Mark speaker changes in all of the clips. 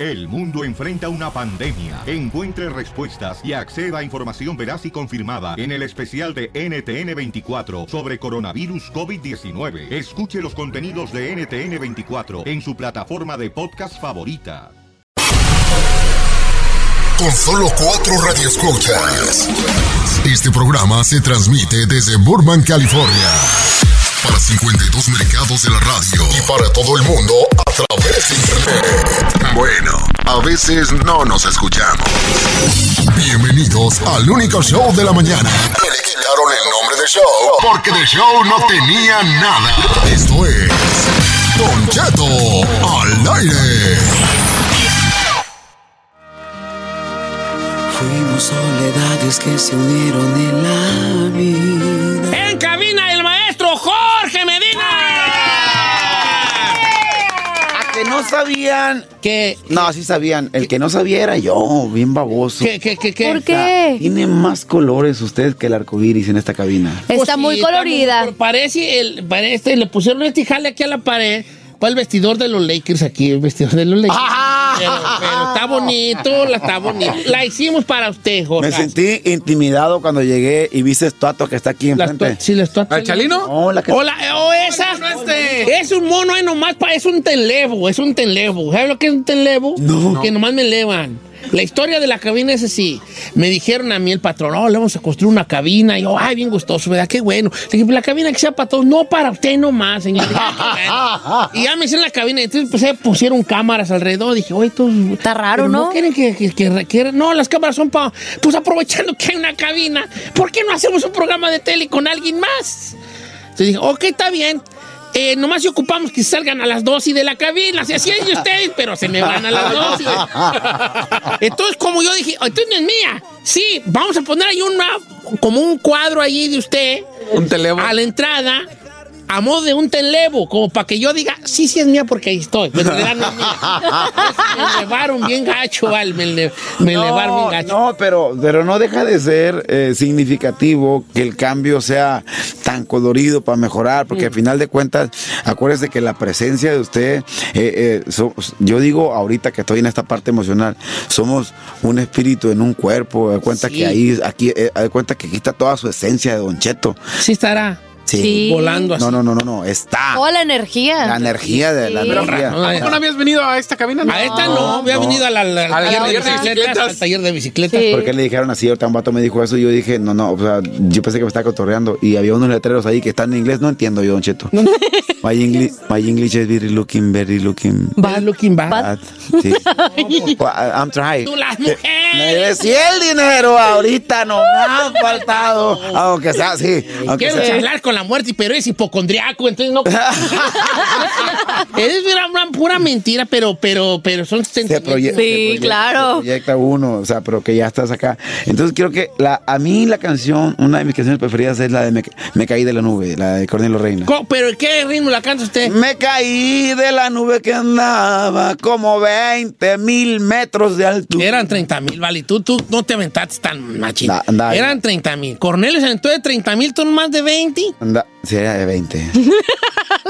Speaker 1: El mundo enfrenta una pandemia. Encuentre respuestas y acceda a información veraz y confirmada en el especial de NTN24 sobre coronavirus COVID-19. Escuche los contenidos de NTN24 en su plataforma de podcast favorita.
Speaker 2: Con solo cuatro radioescuchas. Este programa se transmite desde Burbank, California. Para 52 mercados de la radio y para todo el mundo a través de internet. Bueno, a veces no nos escuchamos. Bienvenidos al único show de la mañana. Que le quitaron el nombre de show porque de show no tenía nada. Esto es Don Cheto al aire.
Speaker 3: Fuimos soledades que se unieron en la vida.
Speaker 4: En cabina el maestro Jorge Medina.
Speaker 5: A que no sabían que. No, sí sabían. El que no sabía era yo, bien baboso.
Speaker 4: ¿Qué, qué, qué, qué?
Speaker 6: ¿Por qué?
Speaker 5: Tiene más colores usted que el arco iris en esta cabina.
Speaker 4: Pues
Speaker 6: Está
Speaker 4: sí,
Speaker 6: muy
Speaker 4: está
Speaker 6: colorida.
Speaker 4: muy- parece, el, parece, le pusieron este jale aquí a la pared. Fue el vestidor de los Lakers aquí, el vestidor de los Lakers. Pero, pero está bonito, la está bonito. La hicimos para usted, Jorge.
Speaker 5: Me sentí intimidado cuando llegué y vi esa estatua que está aquí
Speaker 4: Las to-
Speaker 5: enfrente.
Speaker 4: sí, las to-
Speaker 7: ¿Al Chalino?
Speaker 5: Hola, que
Speaker 4: Hola, eh, o esa.
Speaker 7: No, no, este.
Speaker 4: Es un mono, eh, nomás, pa- es un tenlevo, es un tenlevo. ¿Sabes lo que es un tenlevo?
Speaker 5: No.
Speaker 4: Que nomás me elevan. La historia de la cabina es así. Me dijeron a mí el patrón, oh, le vamos a construir una cabina. Y yo, ay, bien gustoso, ¿verdad? Qué bueno. Le dije, "Pues la cabina que sea para todos, no para usted nomás, señor. Dije, "Ah, qué bueno". y ya me hicieron la cabina. Y entonces pues, eh, pusieron cámaras alrededor. Dije, oye, estos...
Speaker 6: Está raro,
Speaker 4: pero
Speaker 6: ¿no?
Speaker 4: quieren que, que- que requieren- No, las cámaras son para. Pues aprovechando que hay una cabina, ¿por qué no hacemos un programa de tele con alguien más? Entonces dije, ok, está bien. Eh, nomás si ocupamos que salgan a las 12 de la cabina, se hacían de ustedes, pero se me van a las 12. Entonces, como yo dije, "Ah, entonces no es mía. Sí, vamos a poner ahí una, como un cuadro allí de usted
Speaker 7: Un teléfono.
Speaker 4: a la entrada a modo de un televo, como para que yo diga, sí, sí es mía porque ahí estoy. Pero en realidad no es mía. me elevaron bien gacho, Val, me, ele- me elevaron bien gacho.
Speaker 5: No, pero, pero no deja de ser eh, significativo que el cambio sea tan colorido para mejorar, porque al final de cuentas, acuérdese que la presencia de usted, eh, eh, so- yo digo ahorita que estoy en esta parte emocional, somos un espíritu en un cuerpo, de cuenta
Speaker 4: Sí.
Speaker 5: que ahí, aquí, eh, de cuenta que quita toda su esencia de Don Cheto.
Speaker 4: Sí estará
Speaker 6: Sí.
Speaker 4: volando así.
Speaker 5: No, no, no, no, no, está.
Speaker 6: Toda la energía.
Speaker 5: Ah. La energía de la
Speaker 6: Sí.
Speaker 5: energía.
Speaker 4: No,
Speaker 7: ¿Cómo no habías venido a esta cabina?
Speaker 4: A esta no, había
Speaker 5: no.
Speaker 4: venido a la- la- al taller de bicicletas. Al taller de bicicletas.
Speaker 6: Sí.
Speaker 5: ¿Por qué le dijeron así? Ahorita un vato me dijo eso y yo dije, no, no, o sea, yo pensé que me estaba cotorreando y había unos letreros ahí que están en inglés, no entiendo yo, Don Cheto. My, English, my English is very looking, very looking
Speaker 4: Bad looking bad.
Speaker 5: bad. Sí. Well, I- I'm trying.
Speaker 4: Tú las
Speaker 5: Me
Speaker 4: mujeres.
Speaker 5: decía el dinero ahorita, no me ha faltado. Aunque sea así. Aunque
Speaker 4: Quiero
Speaker 5: sea.
Speaker 4: charlar con la muerte, pero es hipocondriaco, entonces no. es una, una pura mentira, pero, pero, pero son
Speaker 5: se proye-
Speaker 4: sentimientos.
Speaker 5: se
Speaker 6: Sí,
Speaker 5: proye-
Speaker 6: claro.
Speaker 5: se proyecta uno, o sea, pero que ya estás acá. Entonces creo que la, a mí la canción, una de mis canciones preferidas es la de Me, Me caí de la nube, la de Cornelio Reina.
Speaker 4: Co- Pero ¿en qué ritmo la canta usted?
Speaker 5: Me caí de la nube que andaba como 20 mil metros de altura.
Speaker 4: Eran 30 mil, vale. Tú, tú no te aventaste tan machín.
Speaker 5: Da- da-
Speaker 4: Eran 30 mil. Cornelio se aventó de 30 mil, tú más de 20.
Speaker 5: Anda, sí, era de 20.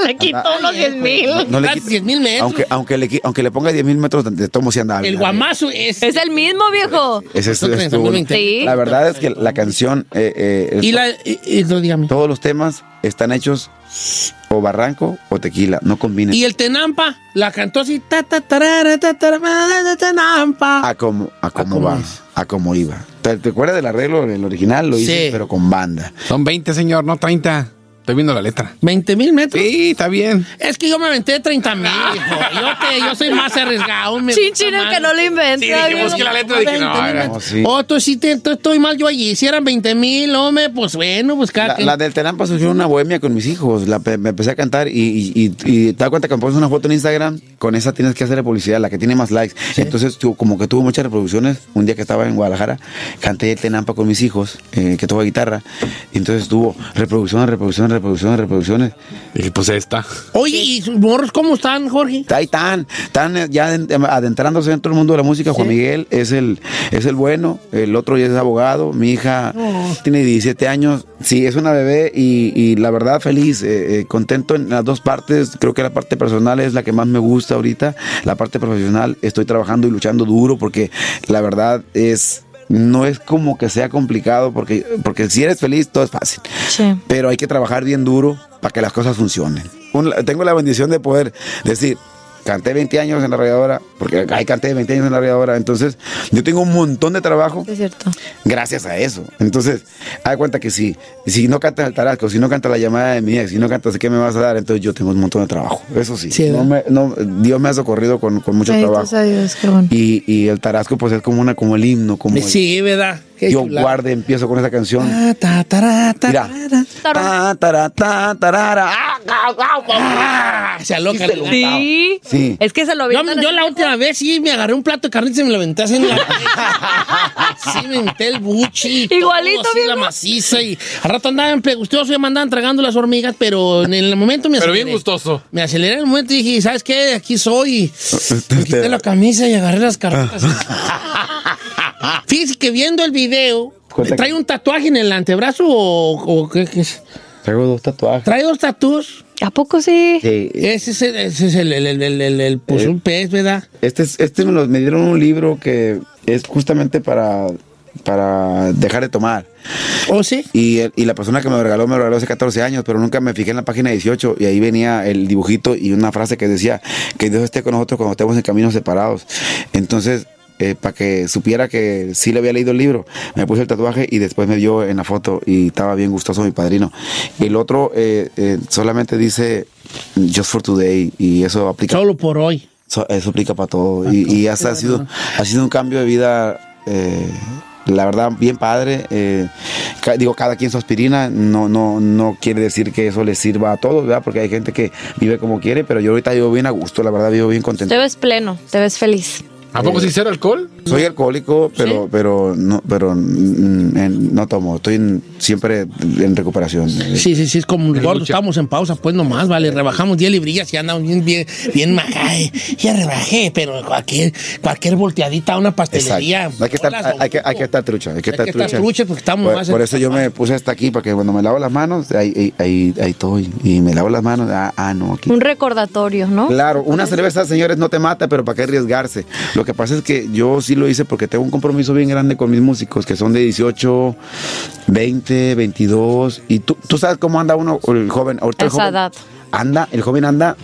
Speaker 6: Le quitó los 10 mil.
Speaker 5: No le
Speaker 4: Casi
Speaker 5: quito.
Speaker 4: 10 mil adentro.
Speaker 5: aunque, aunque, le, qui- aunque le ponga 10 mil metros de tomo, si andaba.
Speaker 4: el
Speaker 5: bien.
Speaker 4: guamazo es.
Speaker 6: Es el mismo, viejo.
Speaker 5: Ese es-
Speaker 4: Nosotros
Speaker 5: es
Speaker 4: pensamos
Speaker 5: tu-
Speaker 4: en internet.
Speaker 6: Sí.
Speaker 5: La verdad es que la canción, eh, eh, el-
Speaker 4: Y la. y- y- no, dígame.
Speaker 5: todos los temas están hechos o barranco o tequila, no combinan.
Speaker 4: Y el Tenampa la cantó así. Ta, ta, tarara, ta, tarara, de Tenampa.
Speaker 5: A como, a como
Speaker 4: como
Speaker 5: va,
Speaker 4: es.
Speaker 5: a como iba. ¿Te, te acuerdas del arreglo, el original? Lo hice,
Speaker 4: Sí.
Speaker 5: pero con banda.
Speaker 7: Son 20, señor, no 30. Estoy viendo la letra.
Speaker 4: 20 mil metros.
Speaker 7: Sí, está bien.
Speaker 4: Es que yo me aventé 30 mil, hijo. Yo, te- yo soy más arriesgado. me
Speaker 6: Chin,
Speaker 4: gusta
Speaker 6: chin, el
Speaker 4: más.
Speaker 6: que no lo
Speaker 7: Sí,
Speaker 6: inventa.
Speaker 7: dije,
Speaker 6: viejo.
Speaker 7: busqué la letra dije, no,
Speaker 4: 20,000
Speaker 7: era-
Speaker 4: metros.
Speaker 5: sí.
Speaker 4: Oh, tú sí te- tú- estoy mal yo allí. Si eran 20 mil, hombre, pues bueno, pues cada
Speaker 5: La,
Speaker 4: quien.
Speaker 5: la del Tenampa surgió en una bohemia con mis hijos. La, pe- me empecé a cantar y, y- y- y te das cuenta que me pones una foto en Instagram, con esa tienes que hacer publicidad, la que tiene más likes. Entonces, tu- como que tuvo muchas reproducciones, un día que estaba en Guadalajara, canté el Tenampa con mis hijos, eh, que toca guitarra. Y entonces tuvo reproducciones, reproducciones, reproducciones, reproducciones.
Speaker 7: Dije, pues esta.
Speaker 4: Oye, ¿y sus morros cómo están, Jorge?
Speaker 5: Ahí están, están eh, ya en- adentrándose dentro del mundo de la música. Juan Miguel es el, es el bueno, el otro ya es abogado. Mi hija tiene 17 años, sí, es una bebé y, y la verdad feliz, eh, eh, contento en las dos partes. Creo que la parte personal es la que más me gusta ahorita. La parte profesional estoy trabajando y luchando duro porque la verdad es... No es como que sea complicado porque, porque si eres feliz todo es fácil
Speaker 6: Sí.
Speaker 5: pero hay que trabajar bien duro para que las cosas funcionen. Un- tengo la bendición de poder decir, canté 20 años en la radiadora, porque ahí canté 20 años en la radiadora, entonces yo tengo un montón de trabajo
Speaker 6: Es cierto.
Speaker 5: gracias a eso. Entonces, haz cuenta que si, si no cantas el tarasco, si no cantas la llamada de mi ex, si no cantas qué me vas a dar, entonces yo tengo un montón de trabajo. Eso sí,
Speaker 4: Sí,
Speaker 5: no me- no, Dios me ha socorrido con, con mucho trabajo.
Speaker 6: Dios, qué bueno.
Speaker 5: Y, y el tarasco pues es como una como el himno, como el-
Speaker 4: Sí, ¿verdad? Qué
Speaker 5: yo
Speaker 4: chulada.
Speaker 5: guarde, empiezo con esa canción.
Speaker 4: Ta, ta, tará, ta,
Speaker 5: Mira.
Speaker 4: tará.
Speaker 5: Ta, tara, ta, tarara. ¡Ah!
Speaker 4: Ah, se aloca. el-
Speaker 6: Sí.
Speaker 5: Sí.
Speaker 6: Es que se lo
Speaker 4: Yo,
Speaker 6: avientan
Speaker 4: yo
Speaker 6: así.
Speaker 4: la última vez sí me agarré un plato de carnitas y me lo aventé así en la Sí, me aventé el buchi. y todo,
Speaker 6: Igualito,
Speaker 4: así,
Speaker 6: viejo.
Speaker 4: la maciza. Y al rato andaba en gustoso y me andaban tragando las hormigas, pero en el momento me
Speaker 7: Pero
Speaker 4: aceleré.
Speaker 7: bien gustoso.
Speaker 4: Me aceleré en el momento y dije, ¿sabes qué? Aquí soy. Me quité la camisa y agarré las carnitas. Fíjese que viendo el video,
Speaker 5: Cuenta-
Speaker 4: ¿trae un tatuaje en el antebrazo o, o qué, qué es?
Speaker 5: Traigo dos tatuajes.
Speaker 4: ¿Trae dos tatuajes?
Speaker 6: ¿A poco sí?
Speaker 5: Sí,
Speaker 4: Ese es el, ese es el, el, el, el, el- el-
Speaker 5: Eh,
Speaker 4: pues, un pez, ¿verdad?
Speaker 5: Este, es- este me, lo, me dieron un libro que es justamente para, para dejar de tomar.
Speaker 4: ¿O sí?
Speaker 5: Y, el- y la persona que me lo regaló me lo regaló hace 14 años, pero nunca me fijé en la página 18 y ahí venía el dibujito y una frase que decía que Dios esté con nosotros cuando estemos en caminos separados. Entonces, para eh, que supiera que sí le había leído el libro, me puse el tatuaje y después me vio en la foto y estaba bien gustoso mi padrino. El otro eh, eh, solamente dice Just for Today y eso aplica
Speaker 4: Solo por hoy.
Speaker 5: So- eso aplica para todo. Y, y hasta ha sido, ha sido un cambio de vida, eh, la verdad, bien padre. eh, ca- digo, cada quien su aspirina, no, no, no quiere decir que eso le sirva a todos, ¿verdad? Porque hay gente que vive como quiere, pero yo ahorita vivo bien a gusto, la verdad, vivo bien contento.
Speaker 6: Te ves pleno, te ves feliz.
Speaker 7: ¿A poco sí cero alcohol?
Speaker 5: Eh, Soy alcohólico, pero, pero, no, pero mm, en- no tomo, estoy en- siempre en recuperación.
Speaker 4: Sí, sí, sí, es como un
Speaker 7: En
Speaker 4: gordo.
Speaker 7: lucha.
Speaker 4: Estamos en pausa, pues nomás, vale. Rebajamos 10 librillas y andamos bien, bien, bien majá, eh. Ya rebajé, pero cualquier, cualquier volteadita a una pastelería.
Speaker 5: Exacto. Hay que, estar,
Speaker 4: bolas,
Speaker 5: hay,
Speaker 4: don
Speaker 5: hay que, hay que
Speaker 4: Cuco.
Speaker 5: estar trucha. Hay que estar trucha.
Speaker 4: trucha porque estamos
Speaker 5: por,
Speaker 4: más
Speaker 5: por
Speaker 4: en-
Speaker 5: eso yo me puse hasta aquí, para que cuando me lavo las manos, ahí, ahí, ahí, ahí estoy. Y me lavo las manos. Ah, ah, no, aquí.
Speaker 6: Un recordatorio, ¿no?
Speaker 5: Claro, una cerveza, señores, no te mata, pero ¿para qué arriesgarse? Lo que pasa es que yo sí lo hice porque tengo un compromiso bien grande con mis músicos, que son de 18, 20, 22. Y tú, tú sabes cómo anda uno, el joven. Ahorita el
Speaker 6: Esa
Speaker 5: joven
Speaker 6: edad.
Speaker 5: Anda, el joven anda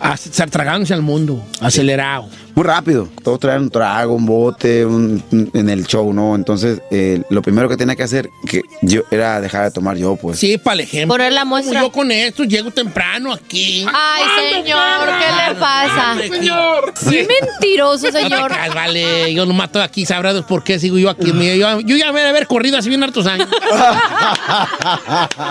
Speaker 4: A estar tragándose al mundo, acelerado.
Speaker 5: muy rápido. Todos traen un trago, un bote un- un- en el show, ¿no? Entonces, eh, lo primero que tenía que hacer que yo era dejar de tomar yo, pues.
Speaker 4: Sí, para el ejemplo.
Speaker 6: Poner la
Speaker 4: Como
Speaker 6: muestra.
Speaker 4: Yo con esto llego temprano aquí.
Speaker 6: Ay, señor, ¿qué le pasa?
Speaker 4: señor!
Speaker 6: Qué mentiroso, señor.
Speaker 4: Ay, vale, yo nomás estoy aquí, sabrá Dios por qué sigo yo aquí. Mira, yo, yo ya me debe haber corrido así bien hartos años.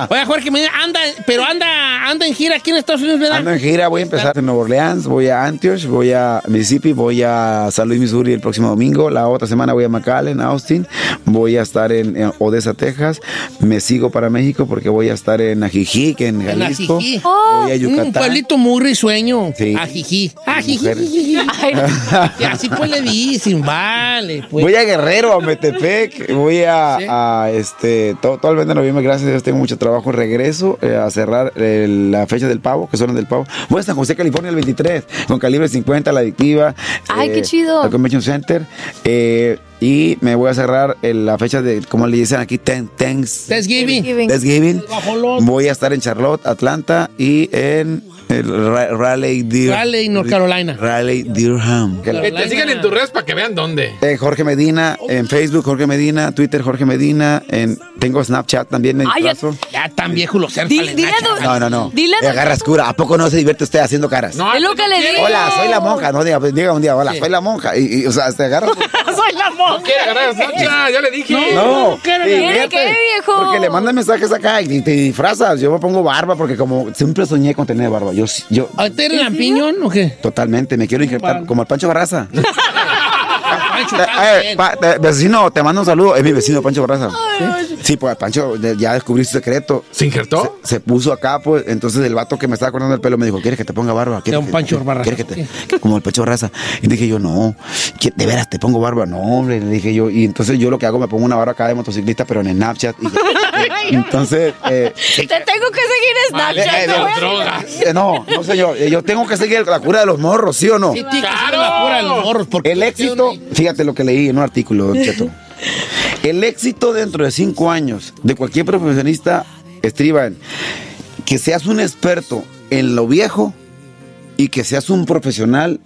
Speaker 4: Oye, Jorge, me anda, pero anda, anda en gira aquí en Estados Unidos, ¿verdad?
Speaker 5: Ando en gira, voy a empezar en Nueva Orleans, voy a Antioch, voy a Mississippi, voy a San Luis, Missouri el próximo domingo. La otra semana voy a McAllen, Austin. Voy a estar en, en Odessa, Texas. Me sigo para México porque voy a estar en Ajijic, en
Speaker 4: En
Speaker 5: Jalisco.
Speaker 4: Ajijic.
Speaker 6: Oh.
Speaker 4: Oh,
Speaker 5: Voy a
Speaker 4: Un
Speaker 5: Yucatán.
Speaker 4: pueblito Ah, muy risueño.
Speaker 5: Sí.
Speaker 4: Ajijí. Ajijí.
Speaker 5: Mujeres.
Speaker 6: Ay, no.
Speaker 4: Y así pues le dicen, vale. Pues.
Speaker 5: Voy a Guerrero, a Metepec, voy a,
Speaker 4: Sí.
Speaker 5: a, este, todo, todo el mes de noviembre, gracias a Dios, tengo mucho trabajo. Regreso eh, a cerrar eh, la fecha del pavo, que son las del pavo. Voy a San José, California, el 23, con calibre 50, la adictiva.
Speaker 6: Ay, qué chido.
Speaker 5: La Convention Center. eh, y me voy a cerrar eh, la fecha de, como le dicen aquí, ten, thanks-
Speaker 4: Thanksgiving.
Speaker 5: Thanksgiving.
Speaker 4: El guajolote.
Speaker 5: Voy a estar en Charlotte, Atlanta y en el Ra- Raleigh, Deer-
Speaker 4: Raleigh, North Carolina.
Speaker 5: Raleigh, Durham. Que la-
Speaker 7: Que te sigan en tus redes para que vean dónde.
Speaker 5: eh, Jorge Medina, en Facebook Jorge Medina, Twitter Jorge Medina, en, tengo Snapchat también, me
Speaker 6: Ay, ya-
Speaker 5: disfrazo.
Speaker 4: Ya tan viejo los ser
Speaker 6: Di-
Speaker 4: palen-
Speaker 6: dile a
Speaker 4: Nacho.
Speaker 6: don-
Speaker 5: No, no, no.
Speaker 6: Dile a
Speaker 5: Le agarras cura. ¿A poco no se divierte usted haciendo caras?
Speaker 7: No,
Speaker 6: Es lo que le digo.
Speaker 5: Hola, soy la monja. No diga, diga un día, hola, soy la monja. Y, y, o sea, te agarras.
Speaker 7: no quiere agarrar Snapchat, ya le dije.
Speaker 4: No, no quiero.
Speaker 5: te
Speaker 6: ¿Tiene
Speaker 5: divierte,
Speaker 6: qué, viejo?
Speaker 5: Porque le mandan mensajes acá y te disfrazas. Yo me pongo barba porque como siempre soñé con tener barba. Yo, yo
Speaker 4: ¿A usted era lampiñón o qué?
Speaker 5: totalmente me quiero injertar como el Pancho Barraza.
Speaker 4: Pancho,
Speaker 5: Eh,
Speaker 4: está
Speaker 5: eh,
Speaker 4: bien.
Speaker 5: pa- eh, vecino, te mando un saludo. Es mi vecino Pancho Barraza. Sí, pues Pancho, de- ya descubrí su secreto.
Speaker 7: ¿Se injertó?
Speaker 5: se puso acá, pues, entonces el vato que me estaba cortando el pelo me dijo, ¿quieres que te ponga barba? ¿Quieres
Speaker 4: Era un
Speaker 5: que-
Speaker 4: Pancho Barraza.
Speaker 5: ¿Quieres que te- que- Como el Pancho Barraza. Y dije yo, no, ¿qué- ¿de veras te pongo barba? No, hombre, le dije yo. Y entonces yo lo que hago, me pongo una barba acá de motociclista, pero en Snapchat. Y- entonces, eh,
Speaker 6: Te tengo que seguir en
Speaker 7: Vale,
Speaker 6: Snapchat.
Speaker 5: eh,
Speaker 6: te voy a-
Speaker 7: drogas.
Speaker 5: eh, no, no señor, eh, yo tengo que seguir la cura de los morros, ¿sí o no?
Speaker 4: Sí, tiene que ser la cura de los morros. Porque
Speaker 5: El éxito, fíjate lo que leí en un artículo, don Cheto. El éxito dentro de cinco años de cualquier profesionista estriba en que seas un experto en lo viejo y que seas un profesional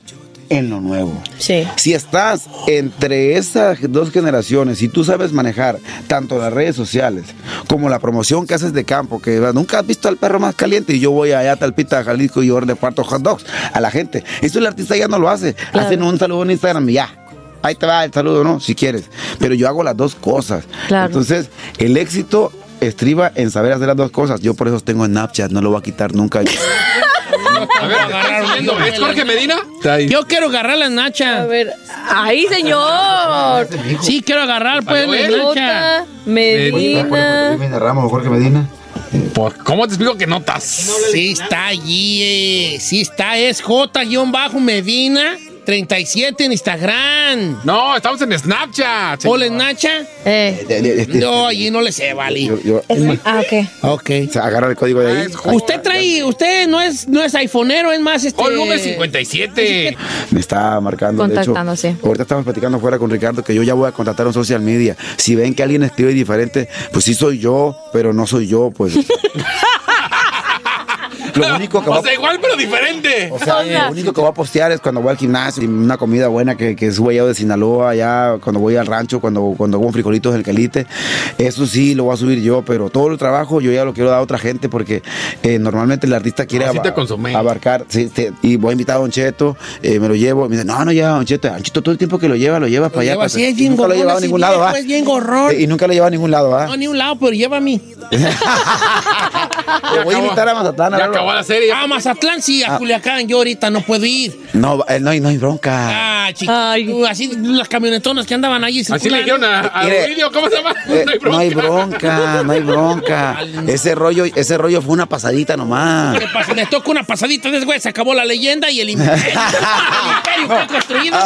Speaker 5: en lo nuevo.
Speaker 6: Sí.
Speaker 5: Si estás entre esas dos generaciones y tú sabes manejar tanto las redes sociales como la promoción que haces de campo, que va, nunca has visto al perro más caliente y yo voy allá a Talpita, a Jalisco y yo le parto hot dogs a la gente. Eso el artista ya no lo hace. Hacen un saludo en Instagram y ya. Ahí te va el saludo, ¿no? Si quieres. Pero yo hago las dos cosas.
Speaker 6: Claro.
Speaker 5: Entonces, el éxito estriba en saber hacer las dos cosas. Yo por eso tengo Snapchat, no lo voy a quitar nunca.
Speaker 7: A ver, agarrar subiendo. ¿Es Jorge Medina?
Speaker 4: Yo quiero agarrar las nachas.
Speaker 6: A ver. ¡Ay, señor!
Speaker 4: Sí, quiero agarrar pues
Speaker 7: Salió
Speaker 4: las
Speaker 7: él.
Speaker 4: nachas.
Speaker 6: Jota, Medina.
Speaker 5: Ramos, Jorge Medina.
Speaker 7: Pues, ¿Cómo te explico que no estás?
Speaker 4: Sí está allí, eh. sí está, es J-Medina 37 en Instagram.
Speaker 7: No, estamos en Snapchat. señor.
Speaker 4: Hola, Nacha.
Speaker 6: Eh.
Speaker 4: No, allí no le sé, vale.
Speaker 5: Yo- yo- es más,
Speaker 6: Ah, ok.
Speaker 4: Ok.
Speaker 5: o sea, agarra el código de
Speaker 7: Ah,
Speaker 5: ahí.
Speaker 4: Usted trae, usted no es, no es iPhoneero, es más este.
Speaker 7: Hoy lunes 57.
Speaker 5: Me está marcando. de hecho.
Speaker 6: Contactando, sí.
Speaker 5: ahorita estamos platicando fuera con Ricardo que yo ya voy a contratar un social media. Si ven que alguien escribe diferente, pues sí soy yo, pero no soy yo, pues. lo único que va
Speaker 7: O sea, igual, pero diferente.
Speaker 5: o sea, eh,
Speaker 6: O sea.
Speaker 5: lo único que voy a postear es cuando voy al gimnasio, y una comida buena que, que subo allá de Sinaloa, allá cuando voy al rancho, cuando, cuando como frijolitos en el calite. Eso sí lo voy a subir yo, pero todo el trabajo yo ya lo quiero dar a otra gente porque eh, normalmente el artista quiere
Speaker 7: Así Ah, te
Speaker 5: aba-
Speaker 7: consumen.
Speaker 5: abarcar. sí, te- y voy a invitar a Don Cheto, eh, me lo llevo, y me dice, no, no lleva a Don Cheto, a Don Cheto todo el tiempo que lo lleva, lo lleva para allá.
Speaker 4: lleva
Speaker 5: para-
Speaker 4: así, es
Speaker 5: y
Speaker 4: bien
Speaker 5: nunca lo he
Speaker 4: gorrón,
Speaker 5: llevado a
Speaker 4: así
Speaker 5: ningún lado,
Speaker 4: viejo,
Speaker 5: ¿ah?
Speaker 4: es bien gorrón.
Speaker 5: Y nunca lo he llevado a ningún lado, ¿ah?
Speaker 4: No, ni un lado, pero lleva a mí.
Speaker 5: Lo voy a
Speaker 7: acabó.
Speaker 5: invitar a Mazatlán. a
Speaker 7: Ya
Speaker 5: verlo.
Speaker 7: acabó la serie. Ah.
Speaker 4: A Ah, Mazatlán, sí, a Culiacán, yo ahorita no puedo ir.
Speaker 5: No, eh, no, hay- no hay bronca.
Speaker 4: Ah, chiquito. Así las camionetonas que andaban allí.
Speaker 7: Así
Speaker 4: circulando.
Speaker 7: le dijeron a, a
Speaker 5: Mire,
Speaker 7: Rubilio, ¿cómo se llama?
Speaker 5: Eh, no hay bronca, no hay bronca. Ese rollo, ese rollo fue una pasadita nomás.
Speaker 4: Le pas- Le toca una pasadita de ese güey, se acabó la leyenda y el imperio. el imperio fue construido.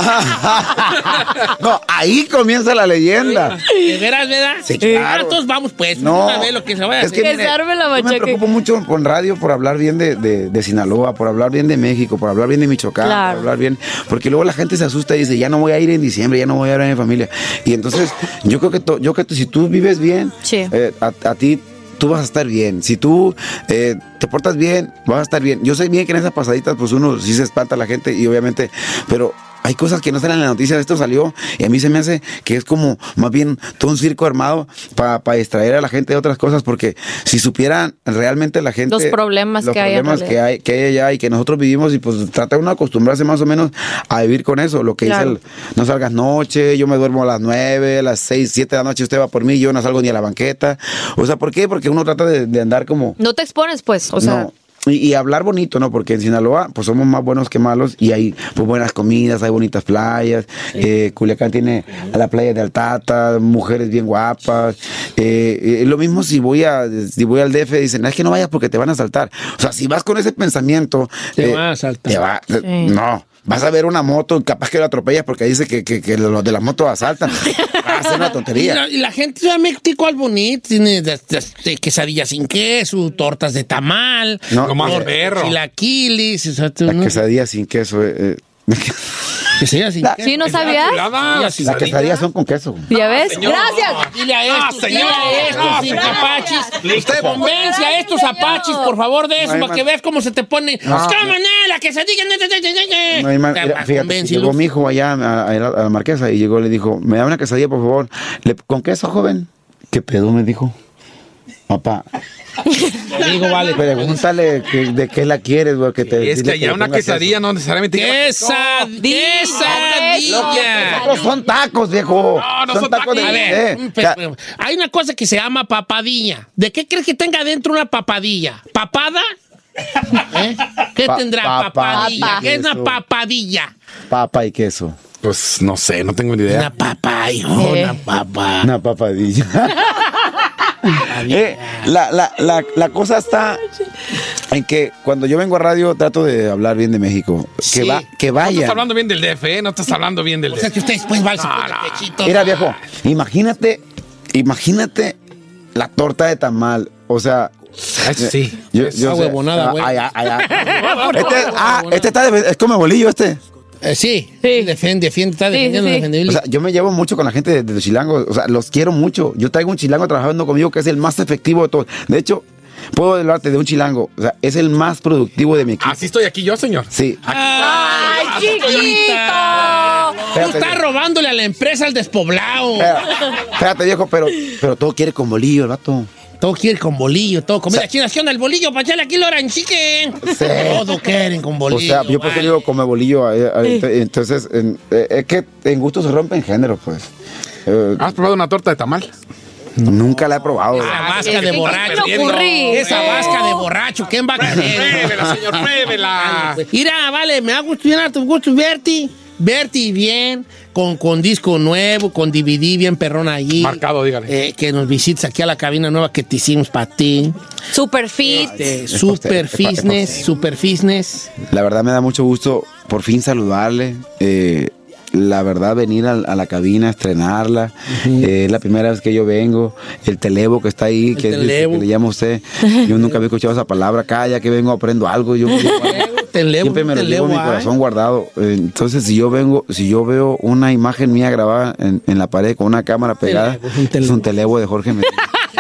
Speaker 5: No, ahí comienza la leyenda.
Speaker 4: De veras, ¿verdad?
Speaker 5: Sí, claro.
Speaker 4: Ah, todos vamos, pues.
Speaker 5: No,
Speaker 4: Una vez lo que se vaya a
Speaker 5: es que
Speaker 4: hacer.
Speaker 6: Que se arme la
Speaker 5: yo me
Speaker 6: bachaca.
Speaker 5: preocupo mucho con radio por hablar bien de, de- de Sinaloa, por hablar bien de México, por hablar bien de Michoacán,
Speaker 6: Claro.
Speaker 5: por hablar bien, porque luego la gente se asusta y dice, ya no voy a ir en diciembre, ya no voy a ir a mi familia. Y entonces yo creo que, to- yo creo que si tú vives bien,
Speaker 6: Sí.
Speaker 5: eh, a, a ti tú vas a estar bien. Si tú eh, te portas bien, vas a estar bien. Yo sé bien que en esas pasaditas, pues uno sí se espanta a la gente y obviamente, pero hay cosas que no salen en la noticia. Esto salió y a mí se me hace que es como más bien todo un circo armado para distraer a la gente de otras cosas, porque si supieran realmente la gente.
Speaker 6: Los problemas
Speaker 5: los
Speaker 6: que hay en
Speaker 5: problemas que
Speaker 6: realidad.
Speaker 5: hay, que hay allá y que nosotros vivimos y pues trata uno de acostumbrarse más o menos a vivir con eso. Lo que
Speaker 6: Claro.
Speaker 5: dice el, no salgas noche, yo me duermo a las 9, a las 6, 7 de la noche usted va por mí, yo no salgo ni a la banqueta. O sea, ¿por qué? Porque uno trata de, de andar como...
Speaker 6: No te expones, pues. O sea,
Speaker 5: no. y, y hablar bonito, ¿no? Porque en Sinaloa, pues somos más buenos que malos y hay pues, buenas comidas, hay bonitas playas. Eh, Culiacán tiene a la playa de Altata, mujeres bien guapas. Eh, eh, lo mismo si voy a si voy al DF, dicen, "Ah, es que no vayas porque te van a saltar. O sea, si vas con ese pensamiento.
Speaker 4: Te
Speaker 5: eh,
Speaker 4: van a saltar.
Speaker 5: te va- No. Vas a ver una moto, capaz que lo atropellas porque dice que, que- que los de las motos asaltan. Va a ser una
Speaker 4: Y
Speaker 5: tontería.
Speaker 4: la, y la gente de México al bonito tiene des- des- de quesadillas sin queso, tortas de tamal,
Speaker 5: No,
Speaker 7: Lo más
Speaker 5: eh,
Speaker 7: perro.
Speaker 4: chilaquiles, o sea, tú,
Speaker 5: la
Speaker 4: ¿no?
Speaker 5: quesadilla sin queso. eh, eh.
Speaker 4: quesadillas sin
Speaker 5: La-
Speaker 4: queso.
Speaker 6: ¿Sí no sabías?
Speaker 7: Chulada.
Speaker 4: Sí,
Speaker 5: Las quesadillas son con queso.
Speaker 6: ¿Ya ves?
Speaker 7: señor,
Speaker 6: Gracias.
Speaker 4: Dile a
Speaker 7: Ah,
Speaker 4: estos, dile
Speaker 7: señor.
Speaker 4: a estos
Speaker 7: Ah, señor.
Speaker 4: incapachis. Usted convence a
Speaker 6: Ay,
Speaker 4: estos
Speaker 6: señor.
Speaker 4: apachis, por favor, de eso,
Speaker 5: hay
Speaker 4: para
Speaker 5: más.
Speaker 4: que veas cómo se te pone.
Speaker 5: No.
Speaker 4: ¡Cámara, la quesadilla! no, no, no, no, no!
Speaker 5: No hay man-
Speaker 4: Te
Speaker 5: mira,
Speaker 4: va-
Speaker 5: fíjate,
Speaker 4: convence,
Speaker 5: llegó
Speaker 4: Luz.
Speaker 5: mi hijo allá a, a la, a la marquesa y llegó y le dijo, me da una quesadilla, por favor. Le- ¿Con queso, joven? ¿Qué pedo? Me dijo. Papá,
Speaker 4: Le digo, vale.
Speaker 5: pregúntale que- de qué la quieres, güey. Que te
Speaker 7: Es
Speaker 5: dile
Speaker 7: que ya
Speaker 5: le
Speaker 7: una
Speaker 5: ponga queso.
Speaker 7: quesadilla no necesariamente.
Speaker 4: Quesad-
Speaker 6: Quesadilla.
Speaker 4: Quesadilla.
Speaker 5: Pero son tacos, viejo.
Speaker 7: No, no son tacos.
Speaker 4: A
Speaker 5: de...
Speaker 4: ver,
Speaker 5: eh,
Speaker 4: pe-
Speaker 5: ca-
Speaker 4: pe- hay una cosa que se llama papadilla. ¿De qué crees que tenga dentro una papadilla? ¿Papada? ¿Eh? ¿Qué
Speaker 5: Pa-
Speaker 4: tendrá
Speaker 5: papa.
Speaker 4: papadilla?
Speaker 6: Papa.
Speaker 4: ¿Qué es una
Speaker 5: Eso.
Speaker 4: papadilla?
Speaker 5: Papa y queso.
Speaker 7: Pues no sé, no tengo ni idea.
Speaker 4: Una papá, hijo,
Speaker 6: Eh.
Speaker 4: una papá.
Speaker 5: Una papadilla. Eh, la, la, la, la cosa está en que cuando yo vengo a radio trato de hablar bien de México. Que,
Speaker 4: Sí.
Speaker 5: va, que
Speaker 7: No estás
Speaker 5: vaya.
Speaker 7: hablando bien del DF, ¿eh? No estás hablando bien del
Speaker 4: O sea
Speaker 7: DF.
Speaker 4: que ustedes pues van
Speaker 7: No,
Speaker 4: a
Speaker 7: no.
Speaker 5: Mira, viejo, imagínate, imagínate la torta de tamal. O sea,
Speaker 7: Ah, Sí.
Speaker 5: yo,
Speaker 4: Esa huevonada,
Speaker 5: ah,
Speaker 4: güey.
Speaker 5: ay, ay, ay, ay. Este, ah, este está de- es como bolillo este.
Speaker 4: Eh, sí,
Speaker 6: Sí.
Speaker 4: defiende, defiende, está
Speaker 6: Sí, sí,
Speaker 4: defendiendo,
Speaker 6: sí.
Speaker 4: defendible.
Speaker 5: O sea, yo me llevo mucho con la gente de, de los chilangos. O sea, los quiero mucho. Yo traigo un chilango trabajando conmigo que es el más efectivo de todos. De hecho, puedo hablarte de un chilango. O sea, es el más productivo de mi equipo.
Speaker 7: Así estoy aquí yo, señor.
Speaker 5: Sí.
Speaker 4: Ah,
Speaker 6: ¡Ay, chiquito!
Speaker 4: Tú
Speaker 5: Espérate,
Speaker 4: estás robándole a la empresa al despoblado.
Speaker 5: espérate, espérate, viejo, pero, pero todo quiere con bolillo, el vato.
Speaker 4: Todo quiere con bolillo, todo comida china. ¿Qué onda el bolillo? Para echarle aquí el orange chicken.
Speaker 5: Sí.
Speaker 4: Todo quieren con bolillo.
Speaker 5: O sea, yo por qué
Speaker 4: vale.
Speaker 5: digo come bolillo. eh, eh, ent- Entonces, en- eh, es que en gusto se rompen género, pues. Eh,
Speaker 7: ¿Has probado una torta de tamal?
Speaker 5: Nunca la he probado.
Speaker 4: Esa
Speaker 6: Ah,
Speaker 4: vasca
Speaker 7: es
Speaker 4: Ah, de
Speaker 7: que
Speaker 4: borracho.
Speaker 7: estás perdiendo.
Speaker 4: Esa vasca de borracho. ¿Quién va a querer?
Speaker 7: Pruébela, señor, pruébela.
Speaker 4: Pues, Mira, vale, me ha gustado bien harto gusto verte. Verte bien, con, con disco nuevo, con DVD bien perrón allí.
Speaker 7: Marcado, dígale.
Speaker 4: Eh, que nos visites aquí a la cabina nueva que te hicimos para ti.
Speaker 6: Super fit.
Speaker 4: Este,
Speaker 5: es
Speaker 4: super
Speaker 5: pastel, es pa- es
Speaker 4: fitness,
Speaker 5: pastel.
Speaker 4: super fitness.
Speaker 5: La verdad me da mucho gusto por fin saludarle. eh, la verdad, venir a, a la cabina, estrenarla. eh, es la primera vez que yo vengo. El televo que está ahí, que,
Speaker 4: televo.
Speaker 5: que le llama usted. Yo nunca había escuchado esa palabra. Cada día que vengo aprendo algo. Yo,
Speaker 4: Te leo,
Speaker 5: Siempre me
Speaker 4: te
Speaker 5: lo llevo en mi
Speaker 4: leo, ay.
Speaker 5: corazón guardado. Eh, Entonces, si yo vengo, si yo veo una imagen mía grabada en, en la pared con una cámara pegada,
Speaker 4: Televo, es un
Speaker 5: es
Speaker 4: televo.
Speaker 5: un televo de Jorge Medina.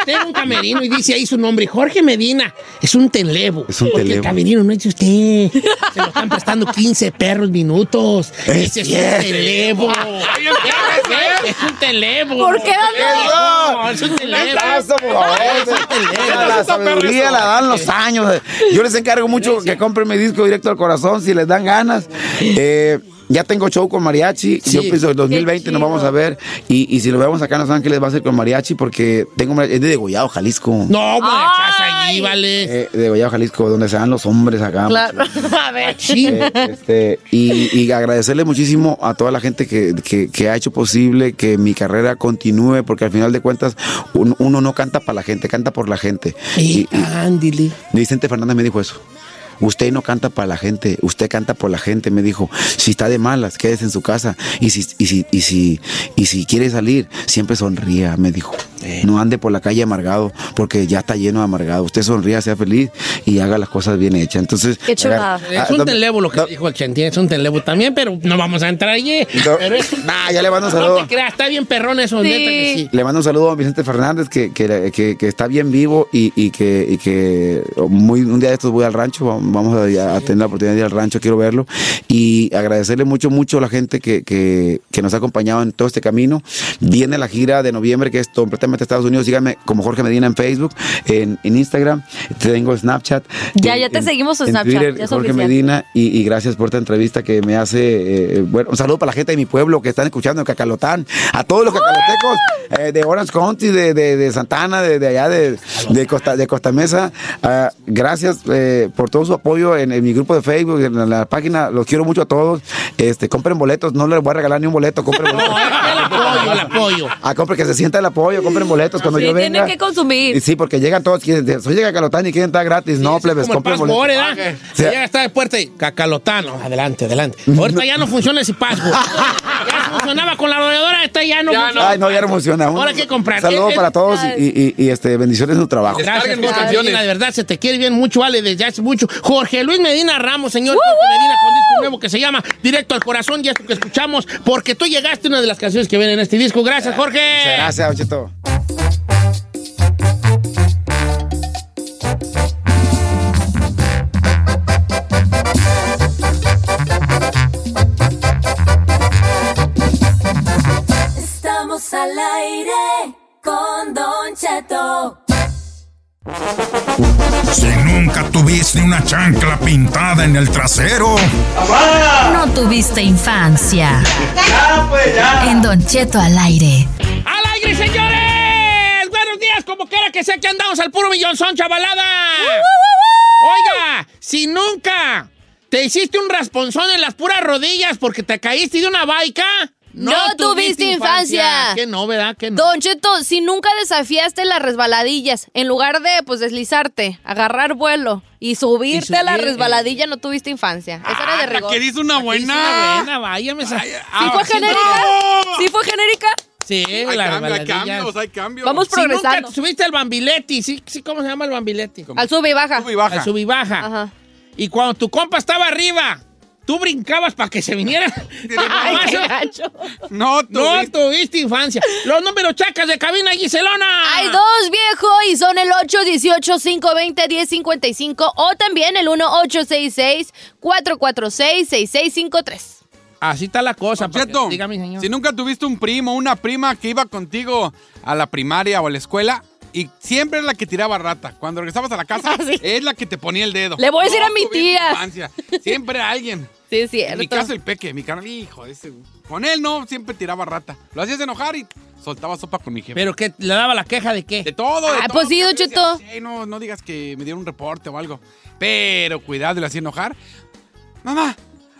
Speaker 4: Tengo un camerino y dice ahí su nombre, Jorge Medina. Es un televo.
Speaker 5: Es un
Speaker 4: Porque el
Speaker 5: televo.
Speaker 4: camerino no es de usted. Se lo están prestando 15 perros minutos. Ese es un televo. ¿eh? es un televo.
Speaker 6: ¿Por qué
Speaker 4: No, es un televo.
Speaker 5: Abrazo, por favor. La sabiduría la dan los años. Yo les encargo mucho que compren mi disco directo al corazón si les dan ganas. Eh, ya tengo show con mariachi. Yo pienso en 2020 nos vamos a ver. Y, y si lo vemos acá en Los Ángeles va a ser con mariachi porque tengo mari- es de Degollado, Jalisco.
Speaker 4: No, pues la
Speaker 6: Ay.
Speaker 4: casa allí, vale.
Speaker 5: Eh, de Degollado, Jalisco, donde se dan los hombres acá.
Speaker 6: Claro. A ver.
Speaker 4: Sí.
Speaker 5: Eh, este, y, y agradecerle muchísimo a toda la gente que, que- que ha hecho posible que mi carrera continúe, porque al final de cuentas un- uno no canta para la gente, canta por la gente.
Speaker 4: Y
Speaker 5: Y,
Speaker 4: ándile.
Speaker 5: Vicente Fernández me dijo eso. Usted no canta para la gente, usted canta por la gente, me dijo. Si está de malas, quédese en su casa. Y si, y si, y si, y si quiere salir, siempre sonría, me dijo. No ande por la calle amargado, porque ya está lleno de amargado. Usted sonría, sea feliz y haga las cosas bien hechas. Entonces,
Speaker 6: Qué chulada.
Speaker 5: agar-
Speaker 4: Es
Speaker 5: ah,
Speaker 4: un
Speaker 5: dame-
Speaker 4: televo lo que
Speaker 5: da-
Speaker 4: dijo el Chantín, es un televo también, pero no vamos a entrar allí.
Speaker 5: No.
Speaker 4: Pero es-
Speaker 5: Nah, ya le mando un
Speaker 4: no
Speaker 5: saludo.
Speaker 4: te creas, está bien perrón eso,
Speaker 6: Sí.
Speaker 4: neta que sí.
Speaker 5: Le mando un saludo a Vicente Fernández, que, que, que- que está bien vivo y, y que, y que muy, un día de estos voy al rancho, vam- vamos a, a tener la oportunidad de ir al rancho, quiero verlo. Y agradecerle mucho, mucho a la gente que, que- que nos ha acompañado en todo este camino. Viene la gira de noviembre, que es Tom directamente a Estados Unidos, síganme como Jorge Medina en Facebook, en, en Instagram, tengo Snapchat.
Speaker 6: Ya,
Speaker 5: en-
Speaker 6: ya te
Speaker 5: en-
Speaker 6: seguimos en
Speaker 5: en
Speaker 6: Snapchat,
Speaker 5: Twitter,
Speaker 6: ya es
Speaker 5: Jorge
Speaker 6: oficial.
Speaker 5: Medina, y, y gracias por esta entrevista que me hace. eh, bueno, un saludo para la gente de mi pueblo que están escuchando en Cacalotán, a todos los cacalotecos eh, de Orange County, de, de, de Santana, de, de allá de, de Costa, de Costa Mesa. Ah, gracias eh, por todo su apoyo en, en mi grupo de Facebook, en la, la página. Los quiero mucho a todos. Este, compren boletos, no les voy a regalar ni un boleto, compren boletos.
Speaker 4: No, el apoyo, el apoyo.
Speaker 5: Ah, compren, que se sienta el apoyo, compren boletos cuando
Speaker 6: Sí,
Speaker 5: yo venga.
Speaker 6: tienen que consumir.
Speaker 5: Y Sí, porque llegan todos, quieren- soy de Cacalotán y quieren estar gratis. no, plebes,
Speaker 4: Como el
Speaker 5: compren
Speaker 4: password,
Speaker 5: boletos.
Speaker 4: ¿verdad?
Speaker 7: Ah,
Speaker 5: Sí.
Speaker 4: Ya está de puerta y cacalotano. Adelante, adelante. Ahorita ya no funciona ese password. ya funcionaba con la rodeadora, esta ya no
Speaker 7: Ya
Speaker 4: funciona.
Speaker 5: Ay, no, ya no funciona. Un
Speaker 4: Ahora hay que comprar.
Speaker 5: Saludos para todos y, y- y, este, bendiciones en su trabajo.
Speaker 4: Gracias,
Speaker 7: Descarguen mis
Speaker 4: Jorge
Speaker 7: canciones.
Speaker 4: Medina, de verdad, se te quiere bien mucho, Ale, desde hace mucho. Jorge Luis Medina Ramos, señor Jorge Medina, con disco nuevo que se llama Directo al Corazón, y esto que escuchamos, porque tú llegaste a una de las canciones que vienen en este disco. Gracias, Jorge.
Speaker 5: Gracias, Don Cheto.
Speaker 8: Estamos al aire con Don Cheto.
Speaker 9: Si nunca tuviste una chancla pintada en el trasero,
Speaker 8: No tuviste infancia. En Don Cheto al aire.
Speaker 4: ¡Al aire, señores! ¡Buenos días! Como quiera que sea que andamos al puro millón, son chavalada. Oiga, si nunca te hiciste un rasponzón en las puras rodillas porque te caíste de una baica,
Speaker 6: No tuviste infancia.
Speaker 4: Que no, ¿verdad? Que no.
Speaker 6: Don Cheto, si nunca desafiaste las resbaladillas, en lugar de pues deslizarte, agarrar vuelo y subirte a la
Speaker 4: subir, eh,
Speaker 6: resbaladilla, no tuviste infancia. Esa era de rigor.
Speaker 7: que dice una
Speaker 4: Sí, está
Speaker 7: buena.
Speaker 4: buena, vaya, me sa-
Speaker 6: ¿Sí fue
Speaker 4: Ah,
Speaker 6: genérica? ¿Sí fue genérica?
Speaker 4: Sí,
Speaker 7: Hay
Speaker 4: eh, la
Speaker 7: cambio, hay
Speaker 4: resbaladilla.
Speaker 7: cambios, hay cambios.
Speaker 6: Vamos
Speaker 4: Si nunca
Speaker 6: progresando.
Speaker 4: te subiste al bambileti, ¿sí? ¿sí? ¿Cómo se llama el bambileti?
Speaker 6: Al sube y baja.
Speaker 7: Sube y baja.
Speaker 4: Ah. Al sub y baja.
Speaker 6: Ajá.
Speaker 4: Y cuando tu compa estaba arriba, tú brincabas para que se viniera.
Speaker 6: Ay, qué
Speaker 4: Nomás-
Speaker 6: gacho.
Speaker 7: No, tú.
Speaker 4: No tuviste infancia. Los números chacas de cabina Giselona.
Speaker 6: Hay dos, viejo, y son el 818-520-1055 o también el 1866-446-6653.
Speaker 4: Así está la cosa. para que-
Speaker 7: Cheto,
Speaker 4: Dígame, señor.
Speaker 7: si nunca tuviste un primo, una prima que iba contigo a la primaria o a la escuela y siempre es la que tiraba rata. Cuando regresabas a la casa,
Speaker 6: Ah, Sí.
Speaker 7: es la que te ponía el dedo.
Speaker 6: Le voy a decir a mi
Speaker 7: tuviste
Speaker 6: tía.
Speaker 7: infancia. Siempre era alguien.
Speaker 6: Sí, es
Speaker 7: En
Speaker 6: cierto.
Speaker 7: mi caso, el peque, mi carnal, hijo, ese. Con él no, siempre tiraba rata. Lo hacías enojar y soltaba sopa con mi jefe.
Speaker 4: Pero que le daba la queja de qué.
Speaker 7: De todo, de
Speaker 6: Ah,
Speaker 7: todo.
Speaker 6: pues sí,
Speaker 7: Yo
Speaker 6: don
Speaker 7: decía,
Speaker 6: Cheto.
Speaker 7: "Ey, no, no digas que me dieron un reporte o algo. Pero cuidado, y lo hacía enojar. Mamá,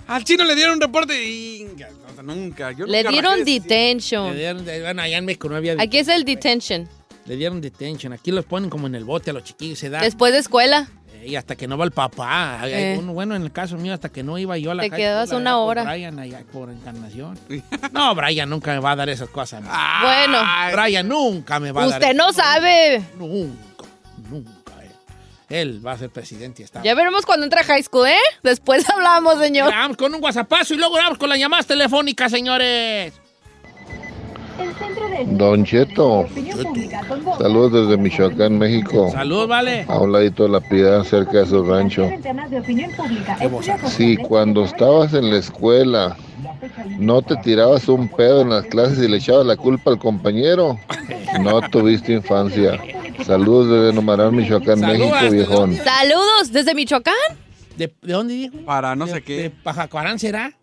Speaker 7: al chino le dieron un reporte. Y, o sea, nunca. Yo
Speaker 6: Le
Speaker 7: nunca
Speaker 6: dieron
Speaker 7: rajé de-
Speaker 4: Le
Speaker 6: detention.
Speaker 4: dieron, de- bueno, allá en México no había.
Speaker 6: Aquí es el detention.
Speaker 4: Le dieron detention. Aquí los ponen como en el bote a los chiquillos. Se da.
Speaker 6: Después de escuela.
Speaker 4: eh, Y hasta que no va el papá. Hay- hay
Speaker 6: Eh.
Speaker 4: uno, bueno, en el caso mío, hasta que no iba yo a la
Speaker 6: Te
Speaker 4: high
Speaker 6: quedabas
Speaker 4: school,
Speaker 6: una
Speaker 4: allá por
Speaker 6: hora.
Speaker 4: Brian, allá por encarnación. no, Brian nunca me va a dar esas cosas. a mí.
Speaker 6: Bueno,
Speaker 4: Brian nunca me va a dar.
Speaker 6: usted no
Speaker 4: esas-
Speaker 6: sabe.
Speaker 4: Nunca, nunca. eh. Él va a ser presidente. Está.
Speaker 6: Ya veremos cuando entra high school, ¿eh? Después hablamos, señor.
Speaker 4: Grabamos con un guasapazo y luego grabamos con las llamadas telefónicas, señores.
Speaker 9: Don Cheto, saludos desde Michoacán, México,
Speaker 4: Salud, vale.
Speaker 9: a un ladito de la piedad cerca de su rancho. Si cuando estabas en la escuela no te tirabas un pedo en las clases y le echabas la culpa al compañero, no tuviste infancia. Saludos desde Numarán, Michoacán,
Speaker 4: Saludos, este,
Speaker 9: México,
Speaker 4: desde
Speaker 9: viejón.
Speaker 6: Saludos desde Michoacán.
Speaker 4: ¿De, de dónde dijo?
Speaker 7: Para no
Speaker 4: De-
Speaker 7: sé
Speaker 4: ¿De
Speaker 7: qué.
Speaker 4: Pajacuarán será?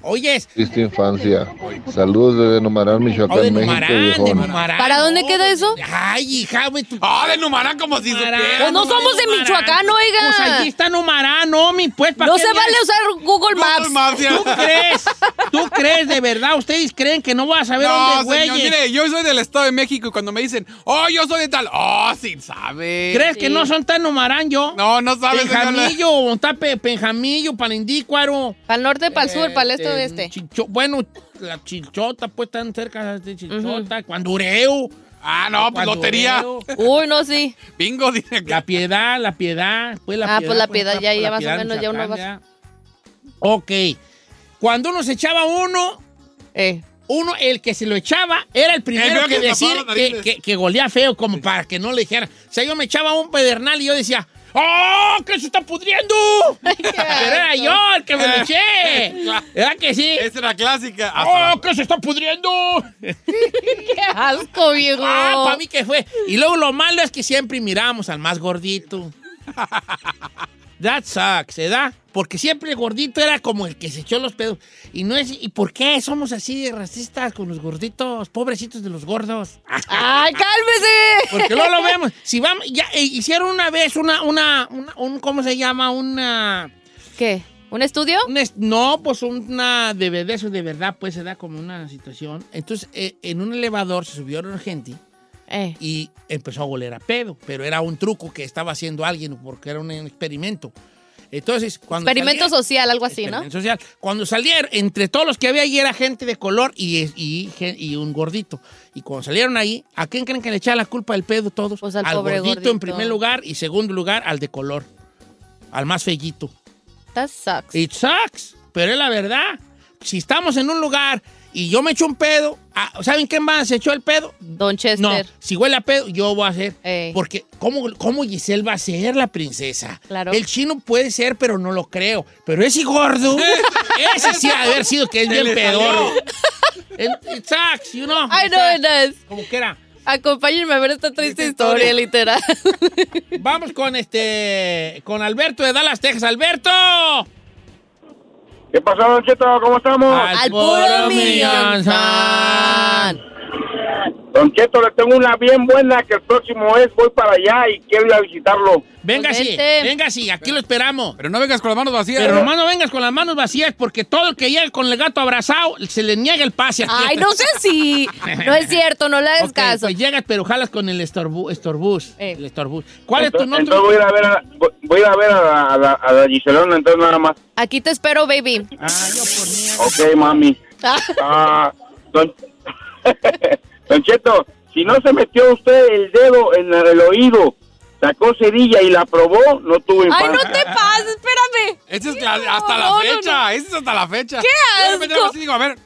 Speaker 4: Oyes.
Speaker 9: Tuviste infancia. Saludos desde
Speaker 4: O
Speaker 9: Numarán,
Speaker 4: Oh, de
Speaker 9: Michoacán, México,
Speaker 4: Numarán, de
Speaker 9: viejón.
Speaker 4: Numarán.
Speaker 6: ¿Para dónde
Speaker 4: No, pues,
Speaker 6: queda eso?
Speaker 4: Ay, hija, güey, tú-
Speaker 7: ¡Ah, de Numarán como si
Speaker 4: Numarán.
Speaker 7: supiera!
Speaker 6: Pues no somos de
Speaker 4: Numarán.
Speaker 6: Michoacán, oiga.
Speaker 4: Pues allí está Numarán, Omi, pues ¿para
Speaker 6: No
Speaker 4: qué
Speaker 6: se
Speaker 4: vienes?
Speaker 6: vale usar Google
Speaker 7: Google
Speaker 6: Maps.
Speaker 7: Maps, ya.
Speaker 4: ¿Tú crees? ¿Tú crees de verdad? ¿Ustedes creen que no voy a saber
Speaker 7: No,
Speaker 4: dónde, güey?
Speaker 7: señor, mire, yo soy del Estado de México y cuando me dicen, oh, yo soy de tal, oh, sí, sabe.
Speaker 4: ¿Crees que no son tan Numarán yo?
Speaker 7: No, no sabe, señor.
Speaker 4: Penjamillo, Montape, Penjamillo, Panindícuaro.
Speaker 6: Para el norte, para el sur, para el este,
Speaker 4: Este,
Speaker 6: oeste.
Speaker 4: Chicho- bueno, la chichota, pues tan cerca de chichota, cuandureo.
Speaker 7: Ah, no, pues lotería.
Speaker 4: Cuandureo.
Speaker 6: Uy, no, sí.
Speaker 7: Bingo, dice
Speaker 4: La piedad, la piedad. Pues la
Speaker 6: Ah, pues la piedad,
Speaker 4: está,
Speaker 6: ya-
Speaker 4: pues
Speaker 6: ya
Speaker 4: la
Speaker 6: más o
Speaker 4: piedad en
Speaker 6: menos, ya uno
Speaker 4: Michoacán, ya. Ok. Cuando uno se echaba uno,
Speaker 6: Eh.
Speaker 4: uno, el que se lo echaba, era el primero
Speaker 7: primero
Speaker 4: que,
Speaker 7: Eh, que tapaba
Speaker 4: decir
Speaker 7: las
Speaker 4: que,
Speaker 7: narices.
Speaker 4: que- que golía feo, como para que no le dijeran. O sea, yo me echaba un pedernal y yo decía, ¡Oh, que se está pudriendo! Pero era yo el que me lo eché. ¿Verdad que sí?
Speaker 7: Eh. Esa era clásica.
Speaker 4: ¡Oh, que se está pudriendo!
Speaker 6: ¡Qué asco, viejo!
Speaker 4: Ah, para mí que fue. Y luego lo malo es que siempre miramos al más gordito. That sucks, ¿verdad? Porque siempre el gordito era como el que se echó los pedos. Y no es. ¿Y por qué somos así de racistas con los gorditos? Pobrecitos de los gordos.
Speaker 6: ¡Ay, cálmese!
Speaker 4: Porque no lo vemos. Si vamos, ya eh, hicieron una vez una, una, una- un, ¿cómo se llama? Una,
Speaker 6: ¿Qué? ¿Un estudio?
Speaker 4: un es- no, pues una DVD, eso de verdad, pues se da como una situación. Entonces, eh, en un elevador se subió gente
Speaker 6: Eh.
Speaker 4: y empezó a oler a pedo, pero era un truco que estaba haciendo alguien porque era un experimento. Entonces, cuando
Speaker 6: Experimento
Speaker 4: salía-
Speaker 6: social, algo así, ¿no?
Speaker 4: experimento social. Cuando salieron, entre todos los que había ahí era gente de color y, y, y un gordito. Y cuando salieron ahí, ¿a quién creen que le echaba la culpa del pedo todos?
Speaker 6: Pues al pobre
Speaker 4: gordito, en
Speaker 6: gordito.
Speaker 4: primer lugar y segundo lugar al de color, al más fellito.
Speaker 6: That sucks.
Speaker 4: It sucks, pero es la verdad. Si estamos en un lugar y yo me echo un pedo, ah, ¿saben quién más se echó el pedo?
Speaker 6: Don Chester.
Speaker 4: No, si huele a pedo, yo voy a hacer.
Speaker 6: Ey.
Speaker 4: Porque, ¿cómo, ¿cómo Giselle va a ser la princesa?
Speaker 6: Claro.
Speaker 4: El chino puede ser, pero no lo creo. Pero ese gordo, ese sí ha de haber sido que es bien pedorro. It- It sucks, you know.
Speaker 6: I
Speaker 4: It
Speaker 6: know
Speaker 4: sucks.
Speaker 6: it does.
Speaker 4: Como quiera.
Speaker 6: Acompáñenme a ver esta triste historia, literal.
Speaker 4: Vamos con este, con Alberto de Dallas, Texas. ¡Alberto!
Speaker 10: ¿Qué pasó, Don Cheto? ¿Cómo estamos?
Speaker 6: Al puro millón.
Speaker 10: Don Cheto, le tengo una bien buena que el próximo es voy para allá y quiero ir a visitarlo.
Speaker 4: Venga sí,
Speaker 6: Pues Vente.
Speaker 4: venga sí, aquí lo esperamos.
Speaker 7: Pero no vengas con las manos vacías.
Speaker 4: Pero nomás no vengas con las manos vacías porque todo el que llega con el gato abrazado se le niega el pase. aquí.
Speaker 6: Ay, no sé si. No es cierto, no le hagas
Speaker 4: Ok,
Speaker 6: caso.
Speaker 4: pues llegas, pero jalas con el estorbu- estorbús.
Speaker 6: Eh.
Speaker 4: El estorbús. ¿Cuál es tu
Speaker 10: entonces,
Speaker 4: nombre?
Speaker 10: entonces voy a ir a ver a, voy- voy a, ir a, ver a, la, a, la, a la Giselona, entonces nada más.
Speaker 6: Aquí te espero, baby.
Speaker 4: Ah, yo por mí.
Speaker 10: Ok, mami. Ah, don, Don Cheto, si no se metió usted el dedo en el oído, sacó cerilla y la probó, no tuvo
Speaker 6: Ay,
Speaker 10: infancia.
Speaker 6: no te pases, espérame.
Speaker 7: Ese es
Speaker 6: Sí,
Speaker 7: cla-
Speaker 6: no,
Speaker 7: hasta la
Speaker 6: no, no,
Speaker 7: fecha.
Speaker 6: no.
Speaker 7: Ese es hasta la fecha.
Speaker 6: ¡Qué
Speaker 7: Yo de repente
Speaker 6: asco!
Speaker 7: así digo, a ver.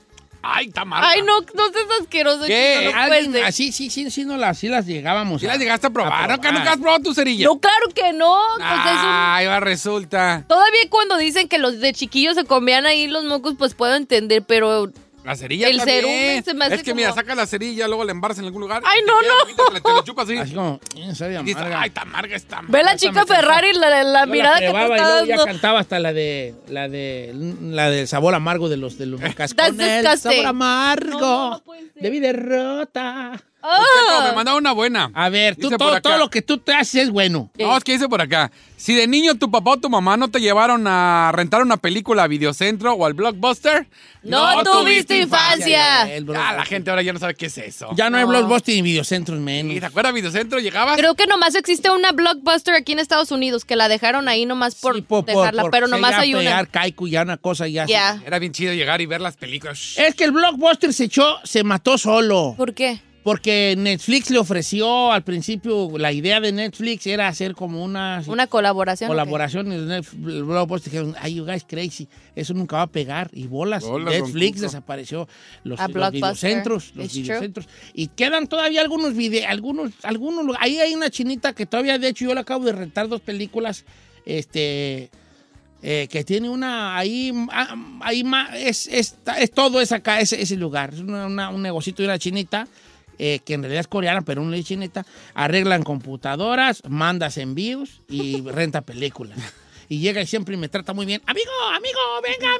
Speaker 7: Ay, está mal.
Speaker 6: Ay, no, no seas asqueroso,
Speaker 7: ¿Qué?
Speaker 6: chico, no puedes
Speaker 4: Alguien-
Speaker 6: ser.
Speaker 4: así, sí, sí, sí, no las, sí las llegábamos.
Speaker 7: Si
Speaker 4: a-
Speaker 7: la llegaste a probar.
Speaker 4: a
Speaker 7: ¿No? ¿Nunca has probado tu cerilla?
Speaker 6: No, claro que no. pues
Speaker 4: Ah.
Speaker 6: es un-
Speaker 7: Ay, va, resulta.
Speaker 6: Todavía cuando dicen que los de chiquillos se comían ahí los mocos, pues puedo entender, pero
Speaker 7: La cerilla
Speaker 6: El
Speaker 7: también.
Speaker 6: cerumen se me hace
Speaker 7: Es que
Speaker 6: como-
Speaker 7: mira, sacas la cerilla, luego la embarras en algún lugar.
Speaker 6: Ay,
Speaker 7: y te
Speaker 6: no,
Speaker 7: queda
Speaker 6: no.
Speaker 7: poquito, Te la, te la chupas así.
Speaker 4: Así como, "Mm, sabe
Speaker 7: Y dices,
Speaker 4: amarga".
Speaker 7: ay, está amarga, está
Speaker 4: Ah,
Speaker 7: amarga.
Speaker 6: ve la
Speaker 7: esta
Speaker 6: chica
Speaker 7: me cansó.
Speaker 6: Ferrari, la, la
Speaker 4: Yo la
Speaker 6: mirada que te
Speaker 4: probaba y
Speaker 6: está
Speaker 4: luego ya
Speaker 6: dando.
Speaker 4: cantaba hasta la de la de la del sabor amargo de los de los
Speaker 6: That's
Speaker 4: cascones.
Speaker 6: disgusting.
Speaker 4: sabor
Speaker 6: No,
Speaker 4: amargo
Speaker 6: no, no puede ser.
Speaker 4: de mi derrota.
Speaker 7: Cheto,
Speaker 6: ¡Ah!
Speaker 7: Me mandaba una buena.
Speaker 4: A ver, tú
Speaker 7: Dice por
Speaker 4: todo,
Speaker 7: acá.
Speaker 4: todo lo que tú te haces es bueno.
Speaker 7: No, es que dice por acá. Si de niño tu papá o tu mamá no te llevaron a rentar una película a videocentro o al blockbuster,
Speaker 6: No tuviste infancia.
Speaker 4: El bro-
Speaker 7: Ah, la gente ahora ya no sabe qué es eso.
Speaker 4: Ya no hay
Speaker 6: No.
Speaker 4: blockbusters ni videocentros menos.
Speaker 7: ¿Y te acuerdas videocentro? Llegabas.
Speaker 6: Creo que nomás existe una blockbuster aquí en Estados Unidos que la dejaron ahí nomás por
Speaker 4: Sí,
Speaker 6: dejarla,
Speaker 4: por
Speaker 6: pero nomás
Speaker 4: ya
Speaker 6: hay una.
Speaker 4: pegar caico, ya una cosa ya. se-
Speaker 6: Ya.
Speaker 7: Era bien chido llegar y ver las películas. Shh.
Speaker 4: Es que el blockbuster se echó, se mató solo.
Speaker 6: ¿Por qué?
Speaker 4: Porque Netflix le ofreció al principio, la idea de Netflix era hacer como una,
Speaker 6: Una colaboración. ¿o qué?
Speaker 4: colaboración. en Netf- El blockbuster dijeron, ay, you guys crazy, eso nunca va a pegar. Y bolas,
Speaker 7: Bolas, don
Speaker 4: Netflix
Speaker 7: Cuco.
Speaker 4: desapareció los,
Speaker 6: A
Speaker 4: los
Speaker 6: Blockbuster.
Speaker 4: videocentros. Los
Speaker 6: It's true.
Speaker 4: videocentros. Y quedan todavía algunos videos, algunos, algunos, lu- ahí hay una chinita que todavía, de hecho, yo le acabo de rentar dos películas, este... eh, que tiene una ahí, ah, ahí ma- es, es, es todo es acá, ese, ese lugar. Es una- una- un negocito de una chinita, eh, que en realidad es coreana, pero una chinita. Arreglan computadoras, mandas envíos y renta películas. Y llega y siempre me trata muy bien. Amigo, amigo, venga,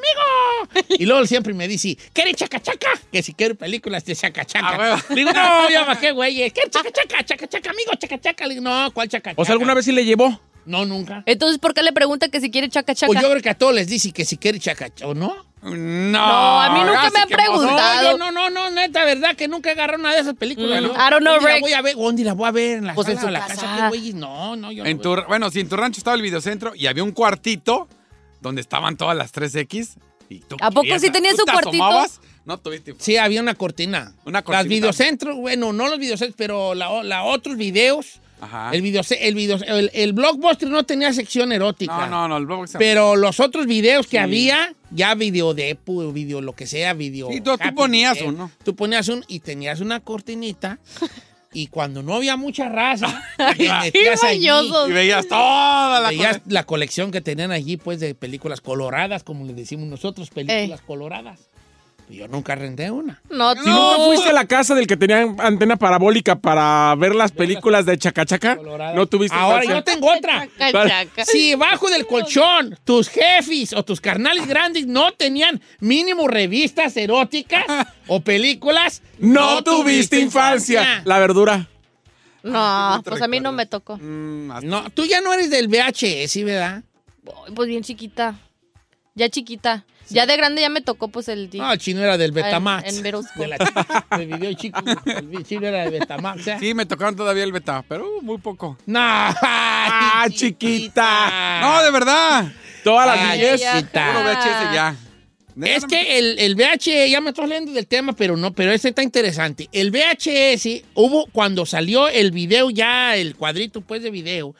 Speaker 4: amigo. Y luego siempre me dice, ¿quiere chacachaca? Que si quiero películas de
Speaker 7: Ah,
Speaker 4: chacachaca.
Speaker 7: huevo.
Speaker 4: Le digo, no, ya bajé, güey. ¿Quiere chacachaca, chacachaca, amigo, chacachaca? Le digo, no, ¿cuál chacachaca?
Speaker 7: O sea, ¿alguna vez sí le llevó?
Speaker 4: No, nunca.
Speaker 6: Entonces, ¿por qué le pregunta que si quiere chaca chaca?
Speaker 4: Pues yo creo que a todos les dice que si quiere chacachaca, ¿o no?
Speaker 7: No.
Speaker 6: No, a mí nunca me han
Speaker 4: No,
Speaker 6: preguntado.
Speaker 4: yo no, no, no, neta, verdad que nunca agarré una de esas películas.
Speaker 6: Mm,
Speaker 4: ¿no?
Speaker 6: I don't know,
Speaker 4: ¿Dónde la
Speaker 6: Rex.
Speaker 4: voy a ver? ¿Dónde la voy a ver? ¿En la
Speaker 6: Pues en
Speaker 4: sala
Speaker 6: su
Speaker 4: o la
Speaker 6: casa.
Speaker 4: casa? ¿Qué güeyes? No, no, yo no
Speaker 7: En
Speaker 4: veo.
Speaker 7: tu, bueno, si en tu rancho estaba el videocentro y había un cuartito donde estaban todas las 3X. Y tú
Speaker 6: ¿A poco
Speaker 7: querías-
Speaker 6: sí tenía
Speaker 7: tú
Speaker 6: su
Speaker 7: te
Speaker 6: cuartito?
Speaker 7: asomabas, no tuviste.
Speaker 4: Sí, había una cortina.
Speaker 7: Una
Speaker 4: Las
Speaker 7: cortinita.
Speaker 4: videocentros, bueno, no los videocentros, pero la, la otros videos.
Speaker 7: Ajá.
Speaker 4: El, video, el, video, el, el blockbuster no tenía sección erótica.
Speaker 7: No, no, no, el blockbuster.
Speaker 4: Pero los otros videos que había, ya video depo, video lo que sea, video.
Speaker 7: Sí, tú- tú
Speaker 4: happy,
Speaker 7: ponías
Speaker 4: eh,
Speaker 7: uno.
Speaker 4: Tú ponías uno y tenías una cortinita Y cuando no había mucha raza,
Speaker 6: Qué
Speaker 4: te metías allí
Speaker 6: mañosos. Y veías
Speaker 7: toda la
Speaker 4: Veías la colección que tenían allí, pues, de películas coloradas, como le decimos nosotros, películas coloradas. Pues Yo nunca renté una.
Speaker 6: No,
Speaker 11: ¿Si nunca fuiste a la casa del que tenía antena parabólica para ver las películas de Chacachaca? No tuviste
Speaker 4: Ahora
Speaker 11: infancia?
Speaker 4: yo tengo otra.
Speaker 11: Chaca, chaca.
Speaker 4: Si bajo del colchón tus jefes o tus carnales grandes no tenían mínimo revistas eróticas o películas,
Speaker 11: No, tuviste infancia. La verdura.
Speaker 6: No, pues a mí no me tocó.
Speaker 4: No, tú ya no eres del VHS, ¿verdad?
Speaker 6: Ay, Pues bien chiquita. Ya chiquita. Ya de grande ya me tocó pues el día.
Speaker 4: No, el chino era del Betamax.
Speaker 6: Ah, En, en Verosco.
Speaker 4: De la el video chico. El chino era de Betamax. ¿eh?
Speaker 7: Sí, me tocaron todavía el beta, pero muy poco.
Speaker 4: No. Ah,
Speaker 7: chiquita. No, de verdad.
Speaker 11: Todas
Speaker 7: las
Speaker 4: Ay,
Speaker 7: niñez.
Speaker 4: chiquita.
Speaker 7: Puro VHS ya.
Speaker 4: Es que el, el VHS, ya me estoy leyendo del tema, pero no, pero ese está interesante. El VHS hubo cuando salió el video ya, el cuadrito pues de video,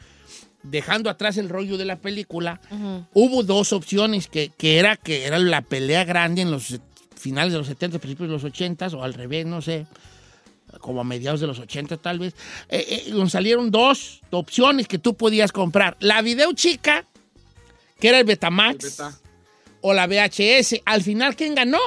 Speaker 4: dejando atrás el rollo de la película, hubo dos opciones que, que era que era la pelea grande en los finales de los 70, principios de los 80 o al revés, no sé, como a mediados de los 80 tal vez. Eh, eh, nos salieron dos opciones que tú podías comprar. La video chica, que era el Betamax, o la VHS. Al final, ¿quién ganó?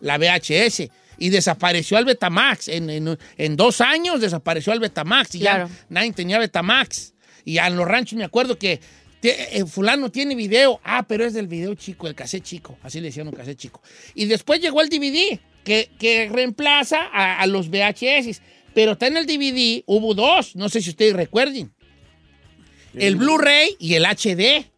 Speaker 4: La VHS. Y desapareció el Betamax. En, en- en dos años desapareció el Betamax. Y
Speaker 6: Claro.
Speaker 4: ya nadie tenía Betamax. Y en los ranchos me acuerdo que te- eh, fulano tiene video. Ah, pero es del video chico, el cassette chico. Así le decían un cassette chico. Y después llegó el DVD, que, que reemplaza a, a los VHS. Pero está en el DVD, hubo dos, no sé si ustedes recuerden. El Blu-ray y el HD.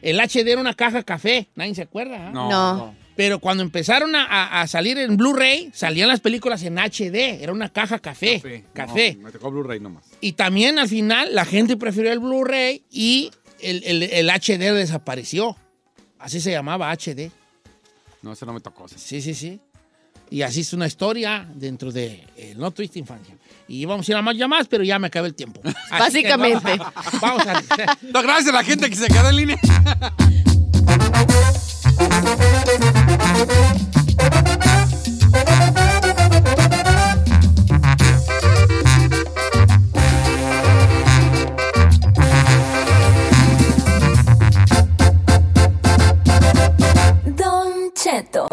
Speaker 4: El HD era una caja café, nadie se acuerda. ¿ah?
Speaker 7: No. No.
Speaker 4: Pero cuando empezaron a, a- a salir en Blu-ray, salían las películas en HD, era una caja café. Café.
Speaker 7: No, me tocó Blu-ray nomás.
Speaker 4: Y también al final la gente prefirió el Blu-ray y el, el- el HD desapareció. Así se llamaba HD.
Speaker 7: No, eso no me tocó. ese.
Speaker 4: Sí, sí, sí. Y así es una historia dentro de eh, No Tuviste Infancia. Y vamos a ir a más llamadas, pero ya me acaba el tiempo. Así que
Speaker 7: Básicamente.
Speaker 4: vamos- Vamos a...
Speaker 7: No, gracias a la gente que se quedó en línea.
Speaker 8: Don Cheto.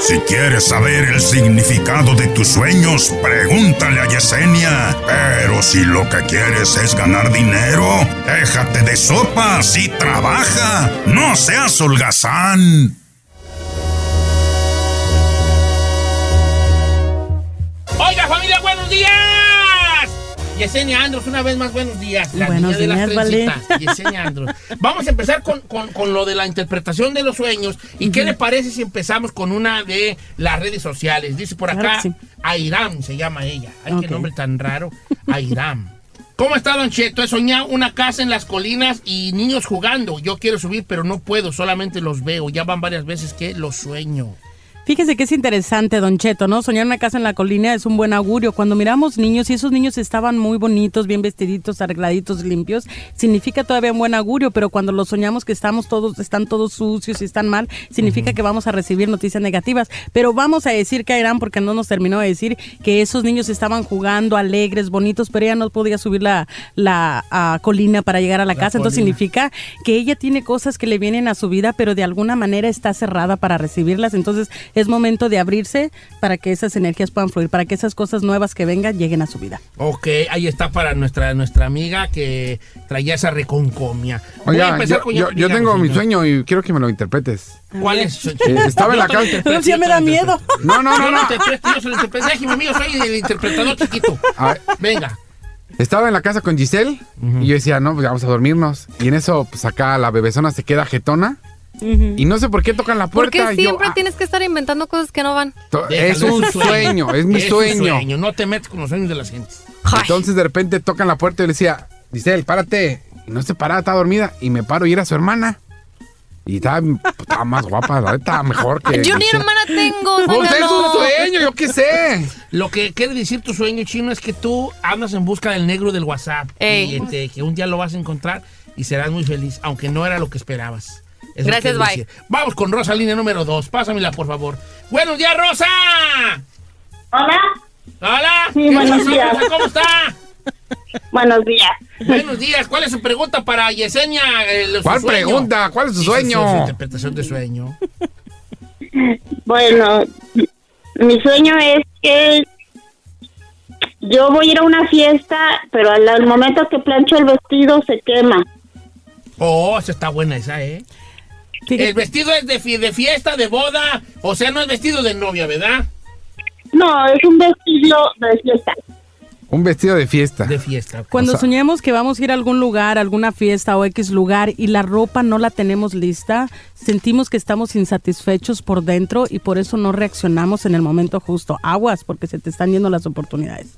Speaker 12: Si quieres saber el significado de tus sueños, pregúntale a Yesenia. Pero si lo que quieres es ganar dinero, déjate de sopas y trabaja. No seas holgazán.
Speaker 4: Oiga, familia, buenos días. Yesenia Andros, una vez más, buenos días. La
Speaker 13: Buenos
Speaker 4: niña de las
Speaker 13: días,
Speaker 4: trencitas,
Speaker 13: vale.
Speaker 4: Yesenia Andros. Vamos a empezar con, con- con lo de la interpretación de los sueños. ¿Y qué le parece si empezamos con una de las redes sociales? Dice por acá,
Speaker 13: Claro que sí.
Speaker 4: Airam se llama ella. Ay,
Speaker 13: Ok.
Speaker 4: qué nombre tan raro. Airam. ¿Cómo está, Don Cheto? He soñado una casa en las colinas y niños jugando. Yo quiero subir, pero no puedo, solamente los veo. Ya van varias veces que los sueño.
Speaker 13: Fíjese que es interesante, Don Cheto, ¿no? Soñar una casa en la colina es un buen augurio. Cuando miramos niños y esos niños estaban muy bonitos, bien vestiditos, arregladitos, limpios, significa todavía un buen augurio, pero cuando los soñamos que estamos todos, están todos sucios y están mal, significa que vamos a recibir noticias negativas. Pero vamos a decir que Irán, porque no nos terminó de decir que esos niños estaban jugando alegres, bonitos, pero ella no podía subir la, la ah, colina para llegar a la, casa. Entonces
Speaker 14: colina.
Speaker 13: significa que ella tiene cosas que le vienen a su vida, pero de alguna manera está cerrada para recibirlas. Entonces es momento de abrirse para que esas energías puedan fluir, para que esas cosas nuevas que vengan lleguen a su vida.
Speaker 4: Ok, ahí está para nuestra, nuestra amiga que traía esa reconcomia. Voy a
Speaker 15: Oiga,
Speaker 4: empezar
Speaker 15: yo,
Speaker 4: con-
Speaker 15: yo- yo
Speaker 4: dígame,
Speaker 15: tengo mi
Speaker 4: señor.
Speaker 15: sueño y quiero que me lo interpretes.
Speaker 4: ¿Cuál es?
Speaker 15: Eh, estaba en la
Speaker 4: Yo te lo
Speaker 15: casa.
Speaker 4: interpreto,
Speaker 13: ya me da
Speaker 4: yo te lo
Speaker 13: miedo.
Speaker 4: interpreto.
Speaker 15: No, no, no,
Speaker 4: Yo
Speaker 15: no.
Speaker 4: interpreto, yo se lo interpreto. Déjeme, amigo, soy el interpretador chiquito.
Speaker 15: A-
Speaker 4: Venga.
Speaker 15: Estaba en la casa con Giselle y yo decía, no, pues vamos a dormirnos. Y en eso, pues acá la bebezona se queda jetona. Y no sé por qué tocan la
Speaker 6: ¿Por
Speaker 15: puerta.
Speaker 6: qué
Speaker 15: y yo,
Speaker 6: siempre tienes que estar inventando cosas que no van?
Speaker 15: To-
Speaker 4: Déjalo,
Speaker 15: es un sueño, es mi
Speaker 4: un
Speaker 15: sueño.
Speaker 4: No te metas con los sueños de las gentes.
Speaker 15: Entonces de repente tocan la puerta y le decía, Giselle, párate. Y no se paraba, estaba dormida. Y me paro y era su hermana. Y estaba, pues, estaba más guapa, la neta, mejor que.
Speaker 6: Yo ni
Speaker 15: Giselle.
Speaker 6: hermana tengo.
Speaker 15: Pues es
Speaker 6: sácalo.
Speaker 15: un sueño, yo qué sé.
Speaker 4: Lo que quiere decir tu sueño chino es que tú andas en busca del negro del WhatsApp.
Speaker 6: Ey.
Speaker 4: Y este, que un día lo vas a encontrar y serás muy feliz, aunque no era lo que esperabas. Es lo
Speaker 6: Gracias,
Speaker 4: que
Speaker 6: bye.
Speaker 4: decía. Vamos con Rosa, línea número 2. Pásamela, por favor. ¡Buenos días, Rosa!
Speaker 14: ¿Hola?
Speaker 4: ¡Hola!
Speaker 14: Sí,
Speaker 4: ¿Qué
Speaker 14: buenos
Speaker 4: pasó,
Speaker 14: días.
Speaker 4: Rosa? ¿Cómo está?
Speaker 14: Buenos días.
Speaker 4: Buenos días. ¿Cuál es su pregunta para Yesenia? eh, su
Speaker 15: ¿Cuál
Speaker 4: sueño?
Speaker 15: pregunta? ¿Cuál es su
Speaker 4: Sí,
Speaker 15: sueño?
Speaker 4: su interpretación de sueño.
Speaker 14: Bueno, mi sueño es que yo voy a ir a una fiesta, pero al, al momento que plancho el vestido se quema.
Speaker 4: Oh, esa está buena esa, ¿eh? El vestido es de, fi- de fiesta, de boda, o sea, no es vestido de novia, ¿verdad?
Speaker 14: No, es un vestido de fiesta.
Speaker 15: Un vestido de fiesta. De
Speaker 4: fiesta.
Speaker 13: Cuando soñamos que vamos a ir a algún lugar, alguna fiesta o X lugar y la ropa no la tenemos lista, sentimos que estamos insatisfechos por dentro y por eso no reaccionamos en el momento justo. Aguas, porque se te están yendo las oportunidades.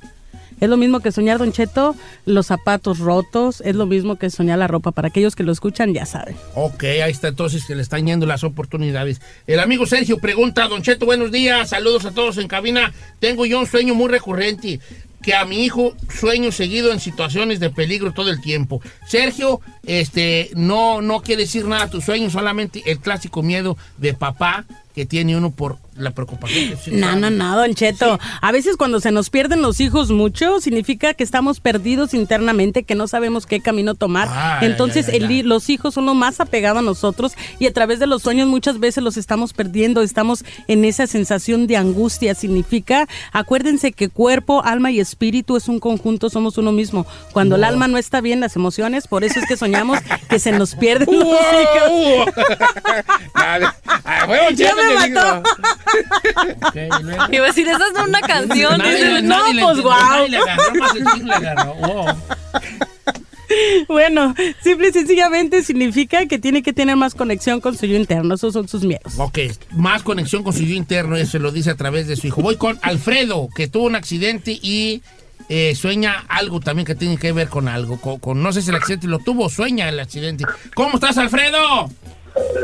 Speaker 13: Es lo mismo que soñar, Don Cheto, los zapatos rotos, es lo mismo que soñar la ropa. Para aquellos que lo escuchan ya saben.
Speaker 4: Ok, ahí está entonces que le están yendo las oportunidades. El amigo Sergio pregunta, Don Cheto, buenos días, saludos a todos en cabina. Tengo yo un sueño muy recurrente, que a mi hijo sueño seguido en situaciones de peligro todo el tiempo. Sergio, este, no, no quiere decir nada a tu sueño, solamente el clásico miedo de papá que tiene uno por la preocupación. que siente.
Speaker 13: No, no, no, Don Cheto. A veces cuando se nos pierden los hijos mucho, significa que estamos perdidos internamente, que no sabemos qué camino tomar.
Speaker 16: Ah, ya,
Speaker 13: Entonces,
Speaker 16: ya, ya,
Speaker 13: el hi- los hijos son lo más apegado a nosotros y a través de los sueños muchas veces los estamos perdiendo, estamos en esa sensación de angustia. Significa, acuérdense que cuerpo, alma y espíritu es un conjunto, somos uno mismo. Cuando el
Speaker 16: Wow.
Speaker 13: alma no está bien, las emociones, por eso es que soñamos que se nos pierden los
Speaker 16: Wow. Ah,
Speaker 13: hijos.
Speaker 4: fue Don
Speaker 13: Ya
Speaker 4: Cheto
Speaker 13: me
Speaker 4: que dijo.
Speaker 13: mató.
Speaker 6: Iba a decir, esa es una canción.
Speaker 4: Nadie
Speaker 6: Dice,
Speaker 4: le-
Speaker 6: no,
Speaker 4: nadie le
Speaker 6: pues
Speaker 4: entendió, nadie
Speaker 6: guau.
Speaker 4: le agarró, más el tigre le agarró. Wow.
Speaker 13: Bueno, simple y sencillamente significa que tiene que tener más conexión con su yo interno. Esos son sus miedos.
Speaker 4: Ok, más conexión con su yo interno, eso lo dice a través de su hijo. Voy con Alfredo, que tuvo un accidente y eh, sueña algo también que tiene que ver con algo. Con, con- no sé si el accidente lo tuvo o sueña el accidente. ¿Cómo estás, Alfredo?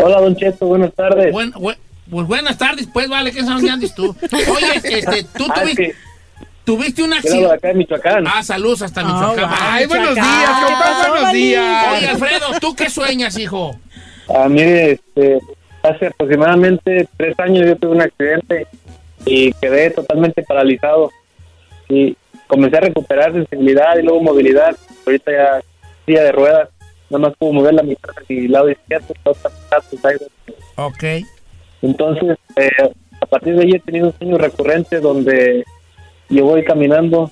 Speaker 17: Hola, Don Cheto, buenas tardes.
Speaker 4: Buen- buen- pues buenas tardes, pues vale, ¿qué sabes andes tú? Oye, este, tú
Speaker 17: Ah, es
Speaker 4: tuviste,
Speaker 17: que
Speaker 4: tuviste un
Speaker 17: yo
Speaker 4: accidente.
Speaker 17: acá en Michoacán.
Speaker 4: Ah, saludos hasta Michoacán.
Speaker 17: Ay, buenos días, compa, buenos días.
Speaker 4: Oye, Alfredo, ¿tú qué sueñas, hijo?
Speaker 17: Ah, mire, este, hace aproximadamente tres años yo tuve un accidente y quedé totalmente paralizado. Y comencé a recuperar sensibilidad y luego movilidad. Ahorita ya silla de ruedas. Nada más puedo mover la mitad y lado izquierdo, la otra mitad, pues, ahí voy.
Speaker 4: Ok.
Speaker 17: Entonces, eh, a partir de ahí he tenido un sueño recurrente donde yo voy caminando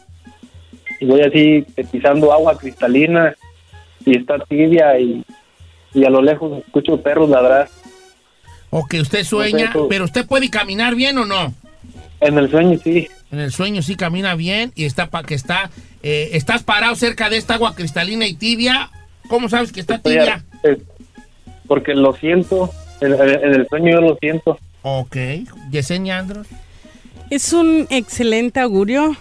Speaker 17: y voy así eh, pisando agua cristalina y está tibia y, y a lo lejos escucho perros ladrar.
Speaker 4: Ok, usted sueña,
Speaker 17: tú.
Speaker 4: pero usted puede caminar bien o no?
Speaker 17: En el sueño sí.
Speaker 4: En el sueño sí camina bien y está para que está eh, estás parado cerca de esta agua cristalina y tibia. ¿Cómo sabes que está
Speaker 17: Estoy a-
Speaker 4: tibia?
Speaker 17: eh, porque lo siento, en, en- en el sueño yo lo siento.
Speaker 4: Ok, Yesenia Andros.
Speaker 13: Es un excelente augurio.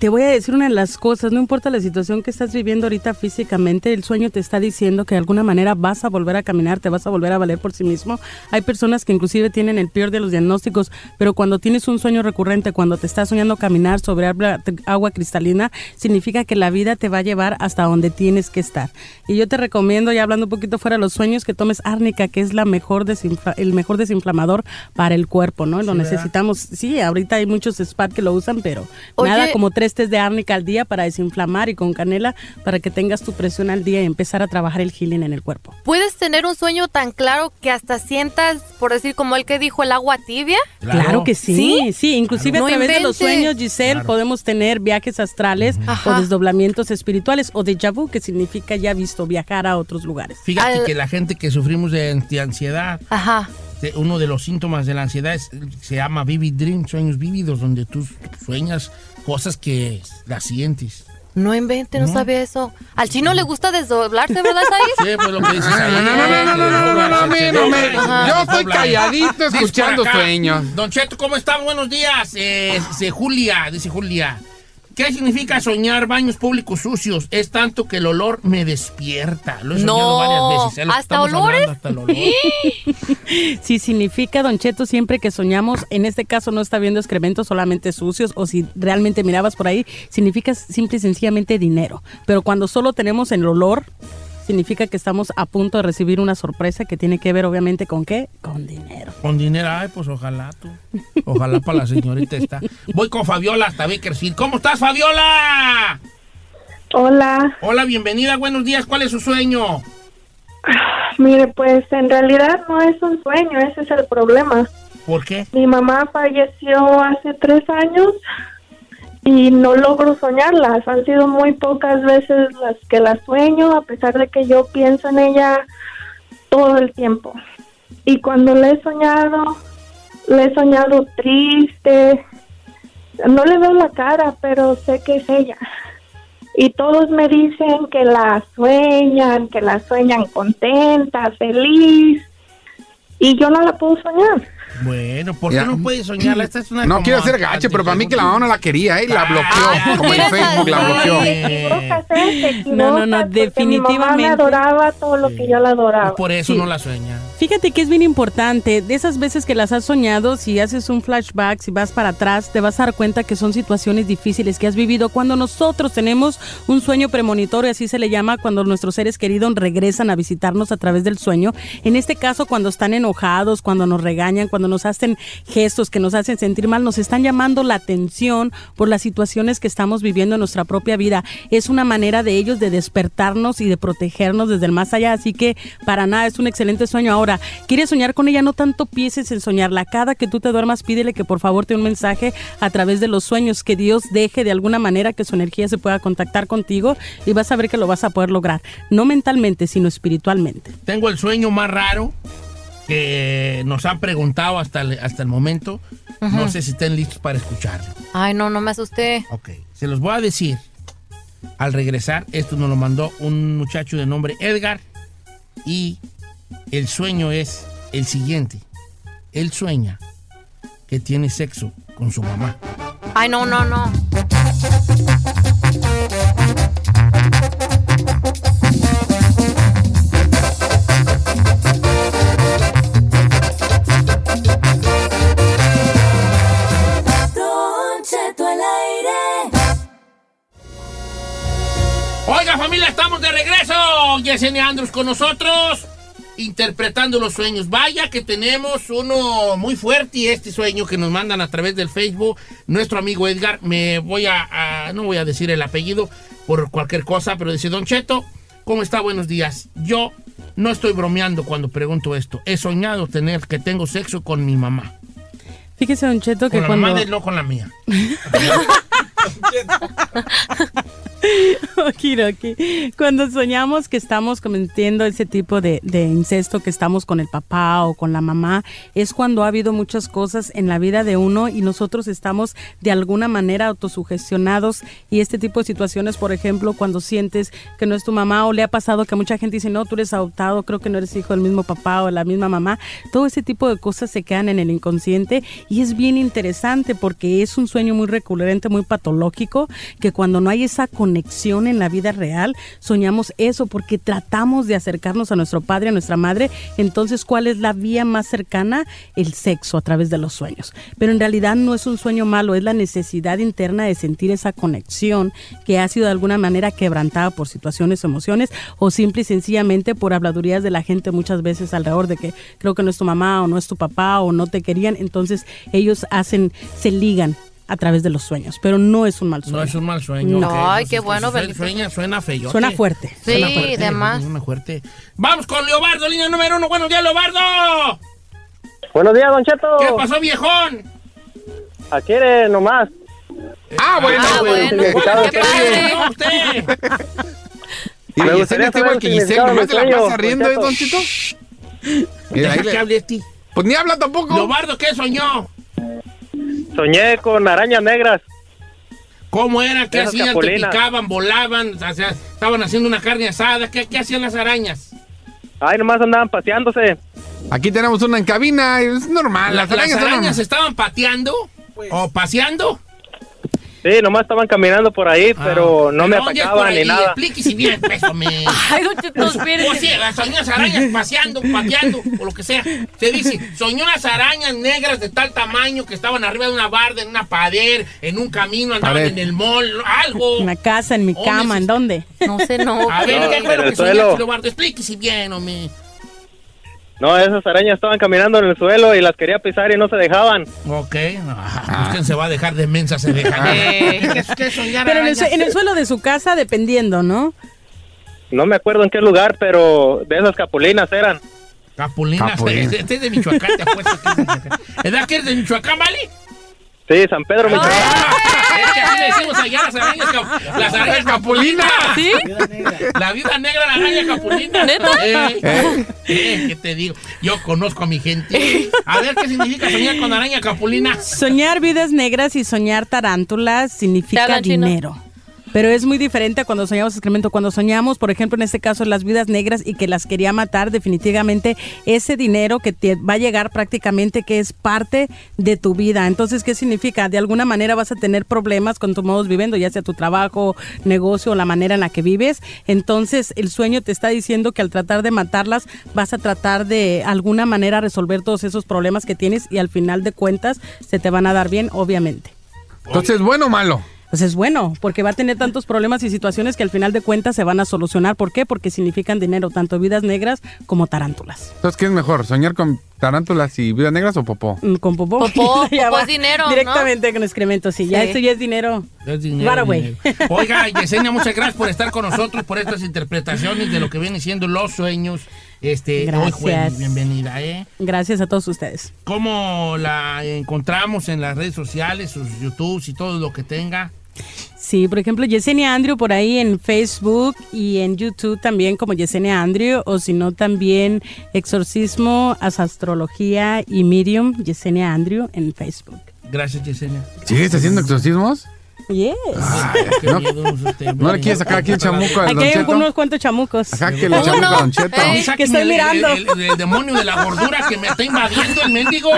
Speaker 13: Te voy a decir una de las cosas, no importa la situación que estás viviendo ahorita físicamente, el sueño te está diciendo que de alguna manera vas a volver a caminar, te vas a volver a valer por sí mismo. Hay personas que inclusive tienen el peor de los diagnósticos, pero cuando tienes un sueño recurrente, cuando te estás soñando caminar sobre abra- agua cristalina, significa que la vida te va a llevar hasta donde tienes que estar. Y yo te recomiendo, ya hablando un poquito fuera de los sueños, que tomes árnica, que es la mejor desinfla- el mejor desinflamador para el cuerpo, ¿no? Lo
Speaker 16: Sí, ¿verdad?
Speaker 13: necesitamos. Sí, ahorita hay muchos spa que lo usan, pero
Speaker 16: Oye.
Speaker 13: nada como tres test de árnica al día para desinflamar y con canela para que tengas tu presión al día y empezar a trabajar el healing en el cuerpo.
Speaker 6: ¿Puedes tener un sueño tan claro que hasta sientas, por decir, como el que dijo, el agua tibia?
Speaker 13: Claro, que sí, sí, inclusive
Speaker 6: No
Speaker 13: a través de los
Speaker 6: invente.
Speaker 13: sueños, Giselle, podemos tener viajes astrales
Speaker 6: Ajá.
Speaker 13: o desdoblamientos espirituales o déjà vu, que significa ya visto viajar a otros lugares.
Speaker 4: Fíjate que la gente que sufrimos de anti- ansiedad, de- uno de los síntomas de la ansiedad es- se llama vivid dream, sueños vívidos, donde tú sueñas cosas que las sientes.
Speaker 6: No invente, no,
Speaker 4: No.
Speaker 6: sabía eso. Al chino le gusta desdoblarse, ¿verdad, Saris?
Speaker 4: Sí, pues lo que dices ahí.
Speaker 15: No, no, no, no, no, no, no, no, no, a mí no me- yo estoy calladito
Speaker 4: Dice por
Speaker 15: escuchando
Speaker 4: acá,
Speaker 15: sueños.
Speaker 4: Don Cheto, ¿cómo están? Buenos días. Eh, dice Julia, dice Julia. ¿Qué significa soñar baños públicos sucios? Es tanto que el olor me despierta. Lo he soñado
Speaker 6: No,
Speaker 4: varias veces. es lo que
Speaker 6: ¿hasta
Speaker 4: estamos
Speaker 6: olores?
Speaker 4: hablando, hasta el olor.
Speaker 13: Si significa, Don Cheto, siempre que soñamos, en este caso no está viendo excrementos solamente sucios o si realmente mirabas por ahí, significa simple y sencillamente dinero. Pero cuando solo tenemos el olor, significa que estamos a punto de recibir una sorpresa que tiene que ver obviamente con qué? Con dinero.
Speaker 4: Con dinero, ay, pues ojalá tú. Ojalá para la señorita está. Voy con Fabiola hasta Bakersfield. ¿Cómo estás, Fabiola?
Speaker 16: Hola.
Speaker 4: Hola, bienvenida, buenos días. ¿Cuál es su sueño?
Speaker 16: Mire, pues en realidad no es un sueño, ese es el problema.
Speaker 4: ¿Por qué?
Speaker 16: Mi mamá falleció hace tres años y no logro soñarlas. Han sido muy pocas veces las que las sueño, a pesar de que yo pienso en ella todo el tiempo. Y cuando la he soñado, la he soñado triste. No le veo la cara, pero sé que es ella. Y todos me dicen que la sueñan, que la sueñan contenta, feliz. Y yo no la puedo soñar.
Speaker 4: Bueno, ¿por
Speaker 15: Ya.
Speaker 4: qué no puedes soñarla? Esta es una
Speaker 15: No
Speaker 4: como
Speaker 15: quiero ser gacho, pero para mí que la mamá no la quería, ¿eh? La bloqueó. Como en Facebook la bloqueó.
Speaker 13: No,
Speaker 16: porque mi mamá
Speaker 13: no, no,
Speaker 16: me
Speaker 13: definitivamente.
Speaker 16: adoraba todo lo que yo la adoraba.
Speaker 4: Por eso
Speaker 13: Sí.
Speaker 4: no la sueña.
Speaker 13: Fíjate que es bien importante, de esas veces que las has soñado, si haces un flashback, si vas para atrás, te vas a dar cuenta que son situaciones difíciles que has vivido. Cuando nosotros tenemos un sueño premonitorio, así se le llama, cuando nuestros seres queridos regresan a visitarnos a través del sueño, en este caso cuando están enojados, cuando nos regañan, cuando nos hacen gestos que nos hacen sentir mal, nos están llamando la atención por las situaciones que estamos viviendo en nuestra propia vida. Es una manera de ellos de despertarnos y de protegernos desde el más allá, así que para nada es un excelente sueño. Ahora, ¿quieres soñar con ella? No tanto pienses en soñarla. Cada que tú te duermas, pídele que por favor te dé un mensaje a través de los sueños, que Dios deje de alguna manera que su energía se pueda contactar contigo y vas a ver que lo vas a poder lograr, no mentalmente, sino espiritualmente.
Speaker 4: Tengo el sueño más raro que nos han preguntado hasta el, hasta el momento.
Speaker 6: Ajá.
Speaker 4: No sé si estén listos para escucharlo.
Speaker 6: Ay, no, no me asusté.
Speaker 4: Se los voy a decir al regresar. Esto nos lo mandó un muchacho de nombre Edgar. Y el sueño es el siguiente. Él sueña que tiene sexo con su mamá.
Speaker 6: Ay, no, no, no.
Speaker 8: Don Cheto al aire.
Speaker 4: Oiga familia, estamos de regreso. Yesenia Andrews con nosotros, interpretando los sueños. Vaya que tenemos uno muy fuerte y este sueño que nos mandan a través del Facebook. Nuestro amigo Edgar, me voy a, a- no voy a decir el apellido por cualquier cosa, pero dice, Don Cheto, ¿cómo está? Buenos días. Yo no estoy bromeando cuando pregunto esto. He soñado tener que tengo sexo con mi mamá.
Speaker 13: Fíjese, Don Cheto, que
Speaker 4: Con la
Speaker 13: cuando...
Speaker 4: mamá de él, no con la mía.
Speaker 13: Okidoki. Cuando soñamos que estamos cometiendo ese tipo de, de incesto, que estamos con el papá o con la mamá, es cuando ha habido muchas cosas en la vida de uno y nosotros estamos de alguna manera autosugestionados y este tipo de situaciones, por ejemplo, cuando sientes que no es tu mamá o le ha pasado que mucha gente dice, no, tú eres adoptado, creo que no eres hijo del mismo papá o la misma mamá, todo ese tipo de cosas se quedan en el inconsciente y es bien interesante porque es un sueño muy recurrente, muy patológico, que cuando no hay esa conexión en la vida real, soñamos eso porque tratamos de acercarnos a nuestro padre, a nuestra madre. Entonces, ¿cuál es la vía más cercana? El sexo a través de los sueños. Pero en realidad no es un sueño malo, es la necesidad interna de sentir esa conexión que ha sido de alguna manera quebrantada por situaciones, emociones o simple y sencillamente por habladurías de la gente muchas veces alrededor de que creo que no es tu mamá o no es tu papá o no te querían. Entonces, ellos hacen, se ligan a través de los sueños, pero no es un mal sueño.
Speaker 4: No es un mal sueño.
Speaker 13: No.
Speaker 4: ok.
Speaker 6: Ay, qué
Speaker 4: Entonces,
Speaker 6: bueno,
Speaker 4: suena-
Speaker 6: Belito.
Speaker 4: Sueña, suena feo.
Speaker 13: Suena fuerte.
Speaker 6: Sí, de más.
Speaker 4: Suena fuerte. Vamos con Leobardo, línea número uno. Buenos días, Leobardo.
Speaker 18: Buenos días, Don Cheto.
Speaker 4: ¿Qué pasó, viejón?
Speaker 18: Aquí eres nomás.
Speaker 4: Ah,
Speaker 18: bueno. Ah, bueno. Bueno, qué padre.
Speaker 4: No, usted.
Speaker 18: Y
Speaker 15: Me
Speaker 18: Giselle
Speaker 15: gustaría saber
Speaker 18: está igual
Speaker 15: el
Speaker 18: que
Speaker 15: significado
Speaker 18: Giselle,
Speaker 15: de
Speaker 18: nomás
Speaker 15: mi
Speaker 18: se la
Speaker 15: sueño,
Speaker 18: pasa riendo, ¿eh,
Speaker 15: Don
Speaker 18: Don
Speaker 15: Cheto?
Speaker 18: Cheto?
Speaker 4: Deja que hable este.
Speaker 15: Pues ni habla tampoco.
Speaker 4: Leobardo, ¿qué soñó?
Speaker 18: Soñé con arañas negras.
Speaker 4: ¿Cómo era? ¿Qué
Speaker 18: Esas
Speaker 4: hacían? ¿Te
Speaker 18: capulinas.
Speaker 4: picaban, volaban? o sea, estaban haciendo una carne asada. ¿Qué, qué hacían las arañas?
Speaker 18: Ay, nomás andaban paseándose.
Speaker 15: Aquí tenemos una en cabina, es normal. Las,
Speaker 4: ¿Las
Speaker 15: arañas,
Speaker 4: arañas
Speaker 15: son
Speaker 4: se estaban pateando? ¿O paseando?
Speaker 18: Sí, nomás estaban caminando por ahí, pero no me
Speaker 4: No andes Ah. por
Speaker 18: atacaban
Speaker 4: ahí,
Speaker 18: ni nada.
Speaker 4: Explique si bien, pésame. Ay, don Cheto, espérese. O sea, soñó unas arañas paseando, pateando, o lo que sea. Se dice, soñó unas arañas negras de tal tamaño que estaban arriba de una barda, en una pader, en un camino, andaban
Speaker 13: Pared.
Speaker 4: en el mall, algo.
Speaker 13: En la casa, en mi
Speaker 4: Oh,
Speaker 13: cama, ¿en dónde?
Speaker 4: No sé, no. A ver,
Speaker 18: No,
Speaker 4: ¿qué fue lo
Speaker 18: en
Speaker 4: que
Speaker 18: el suelo.
Speaker 4: soñaste, Eduardo? Explique si bien, hombre.
Speaker 18: No, esas arañas estaban caminando en el suelo y las quería pisar y no se dejaban. Ah,
Speaker 4: Ok, Usted se va a dejar de mensa, se deja.
Speaker 13: Pero en el, sue- en el suelo de su casa, dependiendo, ¿no?
Speaker 18: No me acuerdo en qué lugar, pero de esas capulinas eran.
Speaker 4: Capulinas,
Speaker 18: Capulina.
Speaker 4: Este este es de Michoacán, te apuesto que es de Michoacán. ¿Edad que es de Michoacán, vale?
Speaker 18: Sí, San Pedro, Michoacán.
Speaker 4: Es que así le decimos allá las arañas, cap- las arañas capulinas.
Speaker 18: ¿Sí?
Speaker 4: La viuda negra, la araña capulina.
Speaker 18: ¿Neta?
Speaker 4: Eh, eh, ¿Qué te digo? Yo conozco a mi gente. A ver qué significa soñar con araña capulina.
Speaker 13: Soñar vidas negras y soñar tarántulas significa
Speaker 4: hagan chino.
Speaker 13: dinero. Pero es muy diferente a cuando soñamos excremento. Cuando soñamos, por ejemplo, en este caso, las vidas negras y que las quería matar, definitivamente ese dinero que te va a llegar prácticamente que es parte de tu vida. Entonces, ¿qué significa? De alguna manera vas a tener problemas con tus modos viviendo, ya sea tu trabajo, negocio o la manera en la que vives. Entonces, el sueño te está diciendo que al tratar de matarlas, vas a tratar de alguna manera resolver todos esos problemas que tienes y al final de cuentas se te van a dar bien, obviamente.
Speaker 15: Entonces, ¿bueno o malo?
Speaker 13: Pues es bueno, porque va a tener tantos problemas y situaciones que al final de cuentas se van a solucionar. ¿Por qué? Porque significan dinero, tanto vidas negras como tarántulas.
Speaker 15: Entonces, ¿qué es mejor? ¿Soñar con tarántulas y vidas negras o popó?
Speaker 13: Mm, Con popó.
Speaker 6: Popó,
Speaker 13: Ya
Speaker 6: popó
Speaker 13: va
Speaker 6: es dinero, ¿no?
Speaker 13: Directamente con excremento, sí. Ya
Speaker 4: Sí.
Speaker 13: esto ya es dinero.
Speaker 4: Es dinero,
Speaker 13: Right away.
Speaker 4: dinero. Oiga, Yesenia, muchas gracias por estar con nosotros, por estas interpretaciones de lo que vienen siendo los sueños. Este, hoy
Speaker 13: Gracias.
Speaker 4: jueves, bienvenida, ¿eh?
Speaker 13: Gracias a todos ustedes.
Speaker 4: ¿Cómo la encontramos en las redes sociales, sus YouTubes y todo lo que tenga?
Speaker 13: Sí, por ejemplo, Yesenia Andrew por ahí en Facebook y en YouTube también como Yesenia Andrew, o si no también Exorcismo, Astrología y Medium, Yesenia Andrew en Facebook.
Speaker 4: Gracias, Yesenia.
Speaker 15: ¿Sigues haciendo exorcismos?
Speaker 13: Yes.
Speaker 4: Qué miedo usted,
Speaker 15: Ah, ¿No le quieres sacar aquí el chamuco al
Speaker 13: Aquí
Speaker 15: Don
Speaker 13: hay
Speaker 15: Cheto?
Speaker 13: unos cuantos chamucos.
Speaker 15: Ajá, que le chamuco a Don Cheto.
Speaker 13: Ey, que
Speaker 4: Sáquenme
Speaker 13: estoy
Speaker 4: Eh, el-
Speaker 13: mirando.
Speaker 4: El, el- el demonio de la gordura que me está invadiendo el mendigo.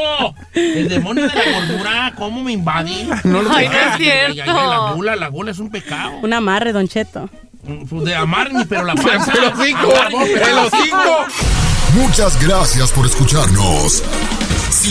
Speaker 4: El demonio de la gordura, ¿cómo me invadí?
Speaker 13: No lo- Ay, no es
Speaker 4: ay, ay, la
Speaker 13: cierto.
Speaker 4: gula, la gula es un pecado.
Speaker 13: Un amarre, Don Cheto.
Speaker 4: Pues De amarme, pero la panza.
Speaker 2: El hocico,
Speaker 4: Amarme, pero
Speaker 2: el
Speaker 4: la-
Speaker 2: hocico. Muchas gracias por escucharnos. Si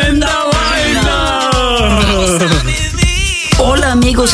Speaker 19: vaina!
Speaker 20: Hola amigos